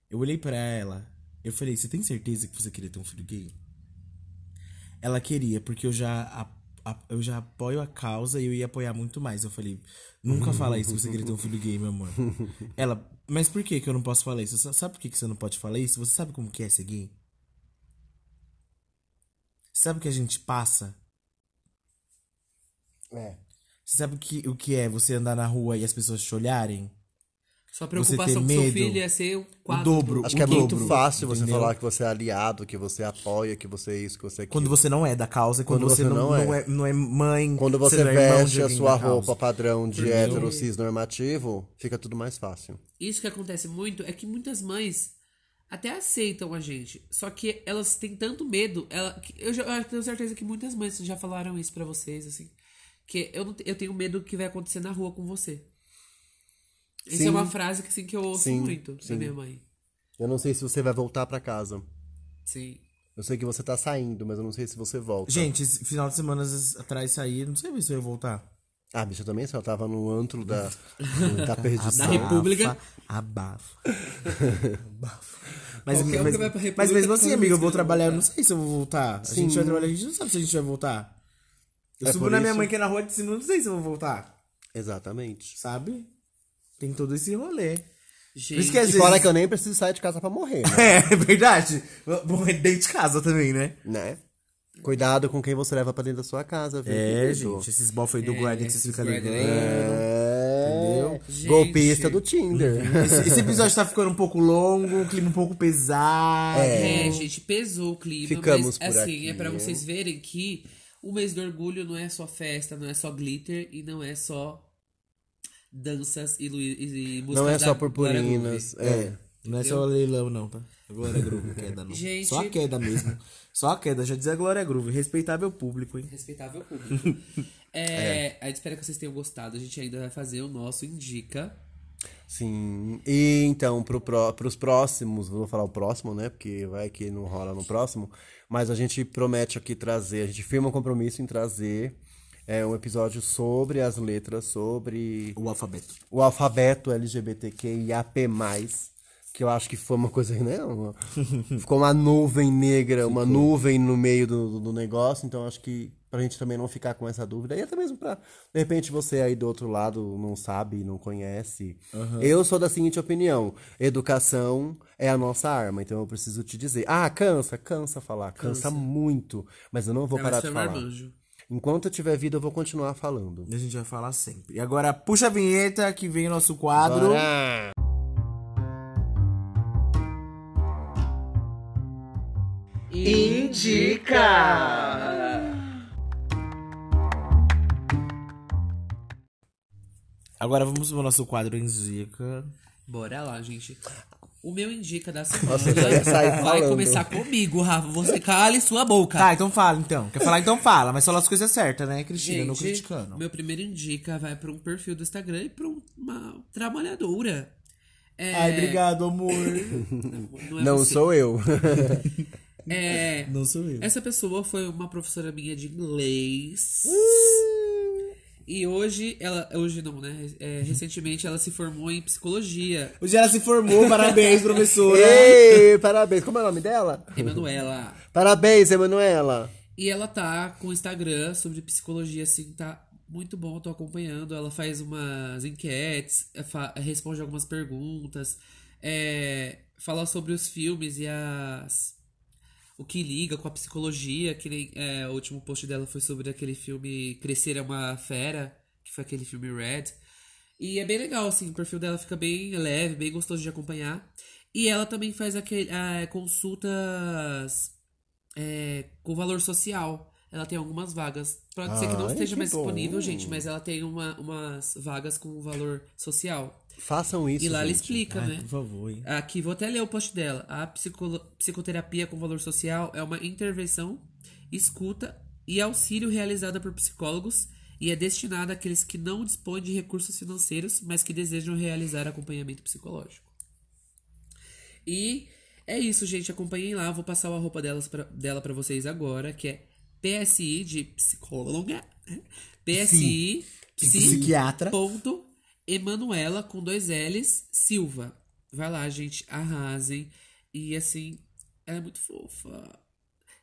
Speaker 4: Eu olhei pra ela. Eu falei: "Você tem certeza que você queria ter um filho gay?" Ela queria, porque eu já a- a- eu já apoio a causa e eu ia apoiar muito mais. Eu falei: "Nunca fala isso, que você queria ter um filho gay, meu amor". ela: "Mas por que que eu não posso falar isso? Sa- Sabe por que que você não pode falar isso? Você sabe como que é ser gay?" Sabe o que a gente passa?
Speaker 2: É.
Speaker 4: Você sabe o que, o que é você andar na rua e as pessoas te olharem?
Speaker 3: Sua
Speaker 4: Você
Speaker 3: preocupação
Speaker 4: ter
Speaker 3: com seu
Speaker 4: medo.
Speaker 3: filho é ser o
Speaker 4: O
Speaker 3: quadro.
Speaker 4: dobro.
Speaker 2: Acho
Speaker 4: o
Speaker 2: que é muito
Speaker 4: dobro,
Speaker 2: fácil você
Speaker 4: entendeu?
Speaker 2: falar que você é aliado, que você apoia, que você é isso, que você é
Speaker 4: Quando
Speaker 2: aquilo.
Speaker 4: você não é da causa, quando,
Speaker 2: Quando
Speaker 4: você,
Speaker 2: você
Speaker 4: não,
Speaker 2: não
Speaker 4: não,
Speaker 2: é.
Speaker 4: é. não é mãe.
Speaker 2: Quando você
Speaker 4: não é irmão de
Speaker 2: veste a
Speaker 4: alguém
Speaker 2: sua
Speaker 4: da causa.
Speaker 2: roupa padrão de hétero cis normativo, fica tudo mais fácil.
Speaker 3: isso que acontece muito é que muitas mães até aceitam a gente, só que elas têm tanto medo. Ela, que- eu, já, eu tenho certeza que muitas mães já falaram isso pra vocês, assim, que eu, não, te- eu tenho medo do que vai acontecer na rua com você. Isso
Speaker 2: Sim.
Speaker 3: é uma frase que, assim, que eu ouço
Speaker 2: Sim,
Speaker 3: muito
Speaker 2: sim.
Speaker 3: da minha mãe.
Speaker 2: Eu não sei se você vai voltar pra casa.
Speaker 3: Sim.
Speaker 2: Eu sei que você tá saindo, mas eu não sei se você volta.
Speaker 4: Gente, esse final de semana atrás saí, não sei se eu ia voltar.
Speaker 2: Ah, bicha, também só tava no antro da, da perdição.
Speaker 3: Da República.
Speaker 4: Abafa. Abafa. Mas,
Speaker 3: Qualquer um
Speaker 4: mas,
Speaker 3: que vai pra República,
Speaker 4: mas mesmo assim,
Speaker 3: todo
Speaker 4: amiga, eu
Speaker 3: mundo
Speaker 4: vou
Speaker 3: vai
Speaker 4: trabalhar, eu
Speaker 3: voltar.
Speaker 4: não sei se eu vou voltar. A gente vai trabalhar, a gente não sabe se a gente vai voltar. Eu
Speaker 2: É
Speaker 4: subo
Speaker 2: por
Speaker 4: na minha
Speaker 2: isso-
Speaker 4: mãe que é na rua de cima, eu não sei se eu vou voltar.
Speaker 2: Exatamente.
Speaker 4: Sabe? Tem todo esse rolê.
Speaker 3: Gente,
Speaker 4: isso que às
Speaker 2: E
Speaker 4: vezes-
Speaker 2: fora que eu nem preciso sair de casa pra morrer, né?
Speaker 4: É, é verdade. Bom, é dentro de casa também, né?
Speaker 2: né? Cuidado com quem você leva pra dentro da sua casa, viu?
Speaker 4: É,
Speaker 2: querido?
Speaker 4: gente, esses bofos aí do Grindr que vocês ficam
Speaker 3: Grindr.
Speaker 4: ligando.
Speaker 2: É.
Speaker 3: Gente.
Speaker 2: Golpista do Tinder.
Speaker 4: Esse, esse episódio tá ficando um pouco longo, o clima um pouco pesado.
Speaker 3: É, gente, pesou o clima.
Speaker 2: Ficamos
Speaker 3: mas,
Speaker 2: por
Speaker 3: assim,
Speaker 2: aqui,
Speaker 3: é pra
Speaker 2: né?
Speaker 3: vocês verem que o mês do orgulho não é só festa, não é só glitter e não é só danças e, lu- e, e músicas
Speaker 2: Não é
Speaker 3: da
Speaker 2: só
Speaker 3: Glória Groove.
Speaker 2: purpurinas. É.
Speaker 4: Não é só o leilão, não, tá? A Glória Groove, queda não.
Speaker 3: Gente.
Speaker 4: Só a queda mesmo. Só a queda, já diz a Glória é Groove. Respeitável público, hein?
Speaker 3: Respeitável público. é, A gente espera que vocês tenham gostado. A gente ainda vai fazer o nosso Indica.
Speaker 2: Sim. E então, pro pró pros próximos, vou falar o próximo, né? Porque vai que não rola no próximo. Mas a gente promete aqui trazer, a gente firma um compromisso em trazer é, um episódio sobre as letras, sobre
Speaker 4: O alfabeto.
Speaker 2: o alfabeto LGBTQIAP+, que eu acho que foi uma coisa, né? uma- ficou uma nuvem negra, uma nuvem no meio do, do- do negócio, então acho que pra gente também não ficar com essa dúvida, e até mesmo pra, de repente, você aí do outro lado não sabe, não conhece. Eu sou da seguinte opinião, educação é a nossa arma, então eu preciso te dizer. Ah, cansa, cansa falar, cansa, muito, mas eu não vou
Speaker 3: Vai
Speaker 2: parar
Speaker 3: ser
Speaker 2: de
Speaker 3: um
Speaker 2: falar.
Speaker 3: armanjo.
Speaker 2: Enquanto eu tiver vida, eu vou continuar falando.
Speaker 4: A gente vai falar sempre. E agora puxa a vinheta que vem o nosso quadro.
Speaker 2: Bora!
Speaker 1: Indica!
Speaker 4: Agora vamos pro nosso quadro Indica.
Speaker 3: Bora lá, gente. O meu indica da semana
Speaker 2: já ia sair
Speaker 3: vai
Speaker 2: falando.
Speaker 3: começar comigo, Rafa. Você cale sua boca.
Speaker 4: Tá, então fala então. Quer falar, então fala. Mas fala as coisas certas, né, Cristina? não criticando.
Speaker 3: meu primeiro indica vai pra um perfil do Instagram e pra um- uma trabalhadora. É,
Speaker 4: Ai, obrigado, amor.
Speaker 3: Não, é
Speaker 2: Não
Speaker 3: você.
Speaker 2: sou eu.
Speaker 3: É,
Speaker 4: não sou eu.
Speaker 3: Essa pessoa foi uma professora minha de inglês. E hoje, ela. Hoje não, né? É, recentemente ela se formou em psicologia.
Speaker 4: O dia ela se formou, parabéns, professora.
Speaker 2: Ei, parabéns. Como é o nome dela?
Speaker 3: Emanuela.
Speaker 2: Parabéns, Emanuela.
Speaker 3: E ela tá com o Instagram sobre psicologia, assim, tá muito bom, tô acompanhando. Ela faz umas enquetes, é, fa- responde algumas perguntas, é, fala sobre os filmes e as. O que liga com a psicologia, que nem, é, o último post dela foi sobre aquele filme Crescer é uma Fera, que foi aquele filme Red. E é bem legal, assim, o perfil dela fica bem leve, bem gostoso de acompanhar. E ela também faz aquele, ah, consultas é, com valor social. Ela tem algumas vagas. Pode ser que não
Speaker 2: Ai,
Speaker 3: esteja
Speaker 2: que
Speaker 3: mais disponível,
Speaker 2: bom.
Speaker 3: gente, mas ela tem uma, umas vagas com valor social.
Speaker 2: Façam isso.
Speaker 3: e lá ela
Speaker 2: gente.
Speaker 3: explica,
Speaker 4: Ai,
Speaker 3: né?
Speaker 4: por favor, hein?
Speaker 3: Aqui, vou até ler o post dela. A psicolo- psicoterapia com valor social é uma intervenção, escuta e auxílio realizada por psicólogos e é destinada àqueles que não dispõem de recursos financeiros, mas que desejam realizar acompanhamento psicológico. E é isso, gente. Acompanhem lá. Vou passar o arroba delas pra, dela para vocês agora, que é PSI de psicóloga. né? PSI psi-
Speaker 4: Psiquiatra.
Speaker 3: Ponto Emanuela com dois L's Silva. Vai lá, gente, arrasem. E assim, ela é muito fofa.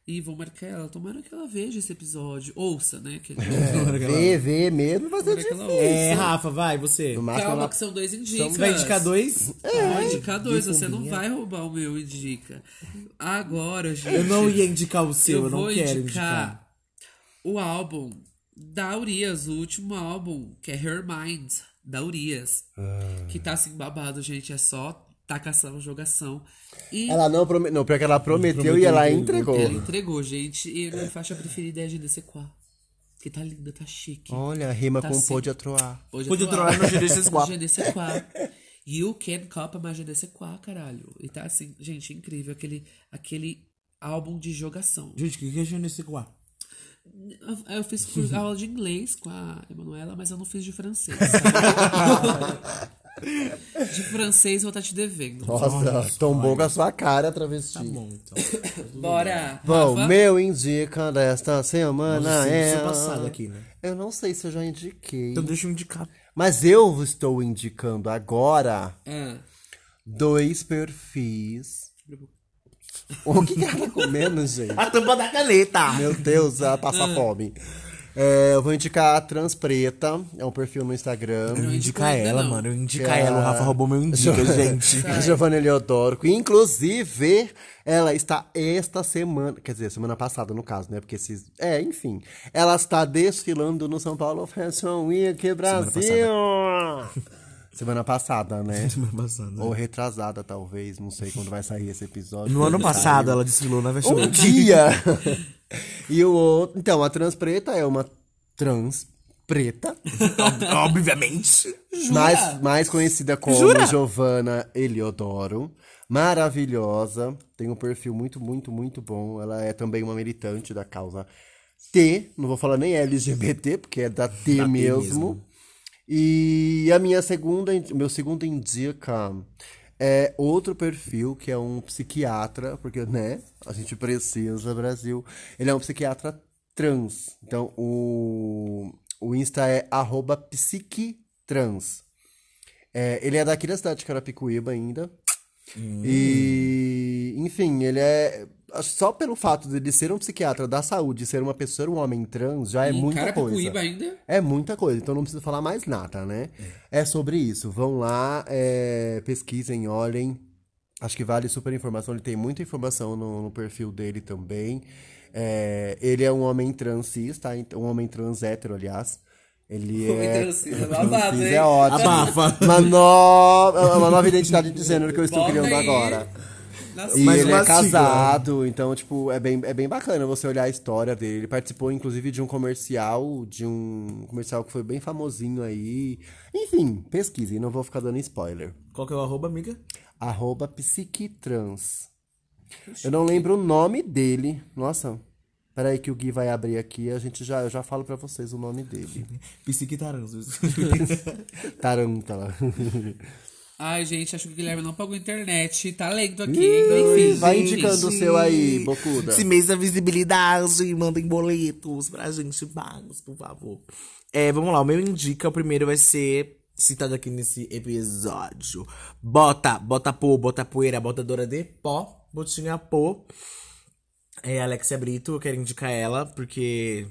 Speaker 3: E vou marcar ela. Tomara que ela veja esse episódio. Ouça, né? Que...
Speaker 4: Tomara que ela-
Speaker 2: Vê, vê mesmo, vai ser
Speaker 3: Tomara que
Speaker 2: difícil.
Speaker 3: ela
Speaker 4: É,
Speaker 3: ouça.
Speaker 4: Rafa, vai, você.
Speaker 2: No máximo,
Speaker 3: Calma,
Speaker 2: ela-
Speaker 3: que são dois indicas.
Speaker 4: Vai indicar dois?
Speaker 3: Vai
Speaker 4: É.
Speaker 3: indicar dois.
Speaker 4: que
Speaker 3: Você não
Speaker 4: combina.
Speaker 3: vai roubar o meu indica. Agora, gente.
Speaker 4: Eu não ia indicar o seu, eu, não
Speaker 3: vou
Speaker 4: quero indicar.
Speaker 3: indicar o álbum da Urias, o último álbum, que é Her Mind, da Urias.
Speaker 4: Ah.
Speaker 3: Que tá assim babado, gente. É só tacação, jogação. E
Speaker 2: Ela não prometeu. Não, pior que ela prometeu, e ela entregou.
Speaker 3: ela entregou, gente. E a minha faixa preferida é a GDC 4. Que tá linda, tá chique.
Speaker 2: Olha, rima
Speaker 3: Tá
Speaker 2: com
Speaker 3: sim.
Speaker 2: pôde atroar.
Speaker 3: Hoje
Speaker 4: Pude
Speaker 3: eu tô
Speaker 4: trollar
Speaker 3: lá.
Speaker 4: no GDC 4.
Speaker 3: GDC 4. You can copy my GDC 4, caralho. E tá assim, gente, incrível. Aquele, aquele álbum de jogação.
Speaker 4: Gente, o que que é GNC 4?
Speaker 3: Eu- Eu fiz curso- aula de inglês com a Emanuela, mas eu não fiz de francês. sabe? de francês vou estar te devendo.
Speaker 2: Nossa, tombou com a sua cara, travesti.
Speaker 4: Tá bom, então.
Speaker 3: Bora!
Speaker 2: Bom,
Speaker 3: Rafa?
Speaker 2: meu indica desta semana
Speaker 4: Nossa,
Speaker 2: é.
Speaker 4: isso é passado aqui, né?
Speaker 2: Eu não sei se eu já indiquei.
Speaker 4: Então deixa eu indicar.
Speaker 2: Mas eu estou indicando agora
Speaker 3: Ah,
Speaker 2: dois perfis. O que, que ela tá comendo, gente?
Speaker 4: A tampa da caneta!
Speaker 2: Meu Deus, ela passa fome. É, eu vou indicar a Trans Preta, é um perfil no Instagram.
Speaker 3: Não
Speaker 4: Eu
Speaker 3: indico
Speaker 4: ia indicar
Speaker 3: ainda,
Speaker 4: ela,
Speaker 3: não. Tá.
Speaker 4: mano. Eu ia indicar ela. O Rafa roubou meu indica, gente.
Speaker 2: A Giovanna Eleodoro. que, Inclusive, ela está esta semana, quer dizer, semana passada, no caso, né? Porque esses. É, enfim. Ela está desfilando no São Paulo Fashion Week Brasil! Semana passada, né?
Speaker 4: Semana passada.
Speaker 2: Ou retrasada, talvez. Não sei quando vai sair esse episódio.
Speaker 4: No ano
Speaker 2: Quando
Speaker 4: passado, ela desfilou na Fashion
Speaker 2: um
Speaker 4: Week.
Speaker 2: dia. e o outro. Então, a trans preta é uma trans preta,
Speaker 4: Ob- Obviamente.
Speaker 2: mais, mais conhecida como
Speaker 4: Jura?
Speaker 2: Giovanna Eliodoro. Maravilhosa, tem um perfil muito, muito, muito bom. Ela é também uma militante da causa T, não vou falar nem LGBT, porque é da T
Speaker 4: Da T
Speaker 2: mesmo.
Speaker 4: mesmo.
Speaker 2: E a minha segunda, in- meu segundo indica é outro perfil que é um psiquiatra, porque né, a gente precisa Brasil. Ele é um psiquiatra trans. Então o o Insta é arroba psiquitrans. É, ele é daqui da cidade de Carapicuíba ainda. E, enfim, ele é. Só pelo fato de ele ser um psiquiatra da saúde, ser uma pessoa, um homem trans, já é
Speaker 3: em
Speaker 2: muita
Speaker 3: Carapicuíba
Speaker 2: coisa.
Speaker 3: ainda?
Speaker 2: É muita coisa, então não preciso falar mais nada, né? É sobre isso. Vão lá, é, pesquisem, olhem. Acho que vale super informação. Ele tem muita informação no, no perfil dele também. É, ele é um homem trans cis, tá? Ent- Um homem trans hétero, aliás. Ele
Speaker 3: Homem
Speaker 2: é.
Speaker 3: trans cis é babado,
Speaker 2: cis
Speaker 3: hein?
Speaker 2: é ótimo.
Speaker 4: Abafa.
Speaker 2: Uma nova, uma nova identidade de gênero que eu estou
Speaker 3: Bota
Speaker 2: criando
Speaker 3: aí.
Speaker 2: agora.
Speaker 3: Nas-
Speaker 2: E
Speaker 4: Mas
Speaker 2: ele
Speaker 4: uma
Speaker 2: é
Speaker 4: sigla.
Speaker 2: casado, então, tipo, é bem, é bem bacana você olhar a história dele. Ele participou, inclusive, de um comercial, de um comercial que foi bem famosinho aí. Enfim, pesquise, não vou ficar dando spoiler.
Speaker 4: Qual que é o arroba, amiga?
Speaker 2: Arroba psiquitrans. Eu não lembro o nome dele. Nossa, peraí que o Gui vai abrir aqui, a gente já, eu já falo pra vocês o nome dele.
Speaker 4: Psiquitaranzos.
Speaker 2: Tarântala.
Speaker 3: Ai, gente, acho que o Guilherme não pagou internet. Talento aqui, enfim.
Speaker 2: Vai
Speaker 3: enfim.
Speaker 2: indicando o seu aí, Bocuda.
Speaker 4: Esse mês da visibilidade, mandem boletos pra gente, pagos, por favor. É, vamos lá, o meu indica, o primeiro vai ser citado aqui nesse episódio. Bota, bota pô, bota poeira, bota dora de pó, botinha pô. É a Alexia Brito, eu quero indicar ela, porque...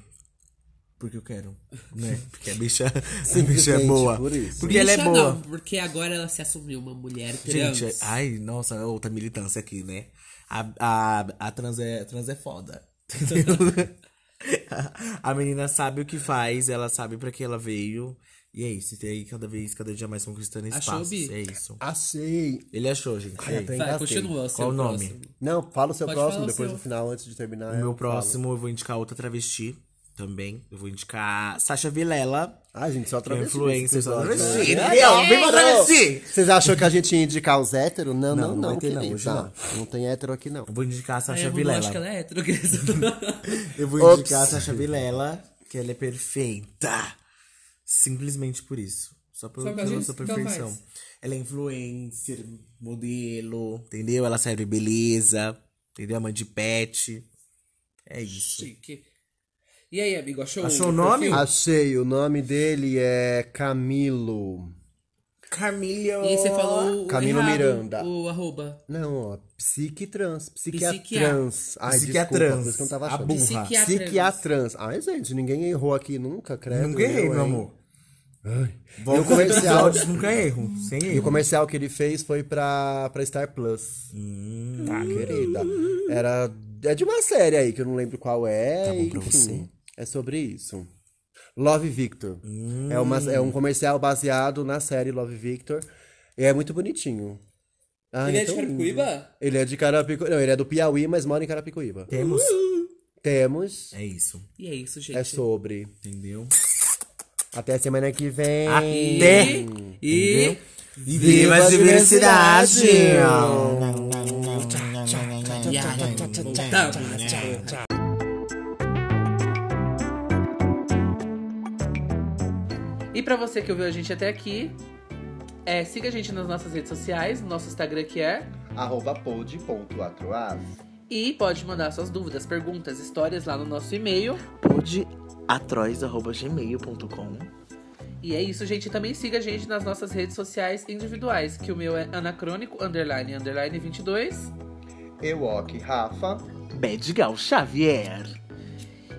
Speaker 4: Porque eu quero, né? Porque a bicha, a bicha é
Speaker 2: Simplesmente
Speaker 4: boa.
Speaker 2: por isso.
Speaker 4: Porque ela é
Speaker 3: Bicha
Speaker 4: boa.
Speaker 3: Não, porque agora ela se assumiu uma mulher trans.
Speaker 4: Gente, ai, nossa, é outra militância aqui, né? A, a, a, trans, é, trans é foda. Entendeu? a menina sabe o que faz, ela sabe pra que ela veio. E é isso. E aí, cada vez, cada dia mais conquistando
Speaker 3: Achou,
Speaker 4: espaços.
Speaker 3: Bi?
Speaker 4: É isso.
Speaker 2: Achei.
Speaker 4: Ele achou, gente. é
Speaker 2: até
Speaker 4: isso.
Speaker 3: Vai,
Speaker 2: engasguei.
Speaker 3: continua. seu
Speaker 4: Qual o nome?
Speaker 3: próximo.
Speaker 2: Não, fala o seu
Speaker 3: Pode
Speaker 2: próximo,
Speaker 3: falar o
Speaker 2: depois
Speaker 3: seu.
Speaker 2: no final, antes de terminar.
Speaker 4: O
Speaker 2: eu
Speaker 4: meu
Speaker 2: falo.
Speaker 4: próximo, eu vou indicar outra travesti também. Eu vou indicar Sasha Vilela.
Speaker 2: Ah, gente, só
Speaker 4: Que é
Speaker 2: travesti.
Speaker 4: influencer.
Speaker 2: nesse
Speaker 4: só
Speaker 2: episódio, né?
Speaker 4: Travesti. entendeu? Vem pra travesti!
Speaker 2: Vocês acham que a gente ia indicar os héteros? Não, não,
Speaker 4: Não,
Speaker 2: não.
Speaker 4: não vai ter, não,
Speaker 2: querido,
Speaker 4: hoje
Speaker 2: tá? Não tem hétero aqui, não.
Speaker 4: Eu vou indicar a
Speaker 3: Ai,
Speaker 4: Sasha
Speaker 3: eu não
Speaker 4: Vilela.
Speaker 3: acho que ela é hétero.
Speaker 4: Eu vou
Speaker 2: Ops.
Speaker 4: indicar a Sasha Vilela, que ela é perfeita. Simplesmente por isso. Só por,
Speaker 3: Só pra
Speaker 4: pela
Speaker 3: gente?
Speaker 4: sua
Speaker 3: O que ela
Speaker 4: perfeição.
Speaker 3: faz?
Speaker 4: Ela é influencer, modelo, entendeu? Ela serve beleza, entendeu? É Mãe de pet. É isso.
Speaker 3: Chique. E aí, amigo, achou,
Speaker 4: Achou o nome?
Speaker 3: perfil?
Speaker 2: Achei, o nome dele é Camilo.
Speaker 4: Camilo!
Speaker 3: E aí você falou o
Speaker 2: Camilo
Speaker 3: errado,
Speaker 2: Miranda.
Speaker 3: o arroba.
Speaker 2: Não, ó, psiquitrans,
Speaker 3: Psiquiatrans.
Speaker 2: psiquiatrans. Ai,
Speaker 4: Psiquiatrans.
Speaker 2: desculpa, por isso que eu não tava
Speaker 4: A
Speaker 2: achando.
Speaker 4: burra.
Speaker 3: Psiquiatrans.
Speaker 2: Psiquiatrans. Ai, gente, ninguém errou aqui nunca, credo.
Speaker 4: Nunca errei,
Speaker 2: eu,
Speaker 4: meu
Speaker 2: hein?
Speaker 4: amor.
Speaker 2: E
Speaker 4: Volta
Speaker 2: o
Speaker 4: nos
Speaker 2: comercial?
Speaker 4: episódios, nunca erro. Sem
Speaker 2: E o
Speaker 4: erro.
Speaker 2: comercial que ele fez foi pra, pra Star Plus.
Speaker 4: Hum,
Speaker 2: Tá, querida. Era, é de uma série aí, que eu não lembro qual é.
Speaker 4: Tá bom pra
Speaker 2: enfim,
Speaker 4: você.
Speaker 2: É sobre isso. Love Victor. É, uma, é um comercial baseado na série Love Victor. E é muito bonitinho. Ah,
Speaker 3: Ele é
Speaker 2: tão
Speaker 3: de
Speaker 2: lindo.
Speaker 3: Carapicuíba?
Speaker 2: Ele é de Carapicuíba. Não, ele é do Piauí, mas mora em Carapicuíba.
Speaker 4: Temos.
Speaker 2: Temos.
Speaker 4: É isso.
Speaker 3: E é isso, gente.
Speaker 2: É sobre.
Speaker 4: Entendeu?
Speaker 2: Até semana que vem.
Speaker 4: Até.
Speaker 3: E...
Speaker 4: E
Speaker 2: viva a diversidade!
Speaker 3: Tá, bom. E pra você que ouviu a gente até aqui, é, siga a gente nas nossas redes sociais, no nosso Instagram que é.
Speaker 2: Arroba pod.atroaz.
Speaker 3: E pode mandar suas dúvidas, perguntas, histórias lá no nosso e-mail.
Speaker 5: pode atroz.gmail.com
Speaker 3: E é isso, gente. Também siga a gente nas nossas redes sociais individuais, que o meu é anacrônico, underline, underline 22.
Speaker 2: Eu, Ok, Rafa.
Speaker 5: Bedgal Xavier.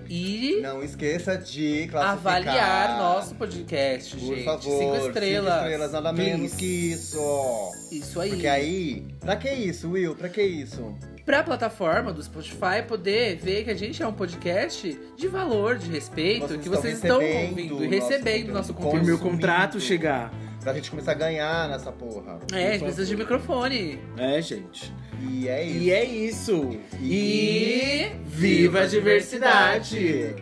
Speaker 3: E
Speaker 2: Não esqueça de classificar.
Speaker 3: avaliar nosso podcast, gente. cinco estrelas. Please.
Speaker 2: isso.
Speaker 3: Isso aí.
Speaker 2: aí, pra que isso, Will? Pra que isso?
Speaker 3: Pra plataforma do Spotify poder ver que a gente é um podcast de valor, de respeito,
Speaker 2: Vocês
Speaker 3: que
Speaker 2: estão
Speaker 3: vocês estão
Speaker 2: recebendo
Speaker 3: ouvindo
Speaker 2: o
Speaker 3: e
Speaker 2: nosso
Speaker 3: recebendo
Speaker 2: conteúdo.
Speaker 3: nosso
Speaker 2: Como
Speaker 3: conteúdo.
Speaker 2: meu contrato
Speaker 3: chegar.
Speaker 2: Pra gente começar a ganhar nessa porra.
Speaker 3: É, a gente precisa de microfone.
Speaker 5: É, gente.
Speaker 2: E é
Speaker 5: E é isso.
Speaker 3: E.
Speaker 5: Viva a diversidade!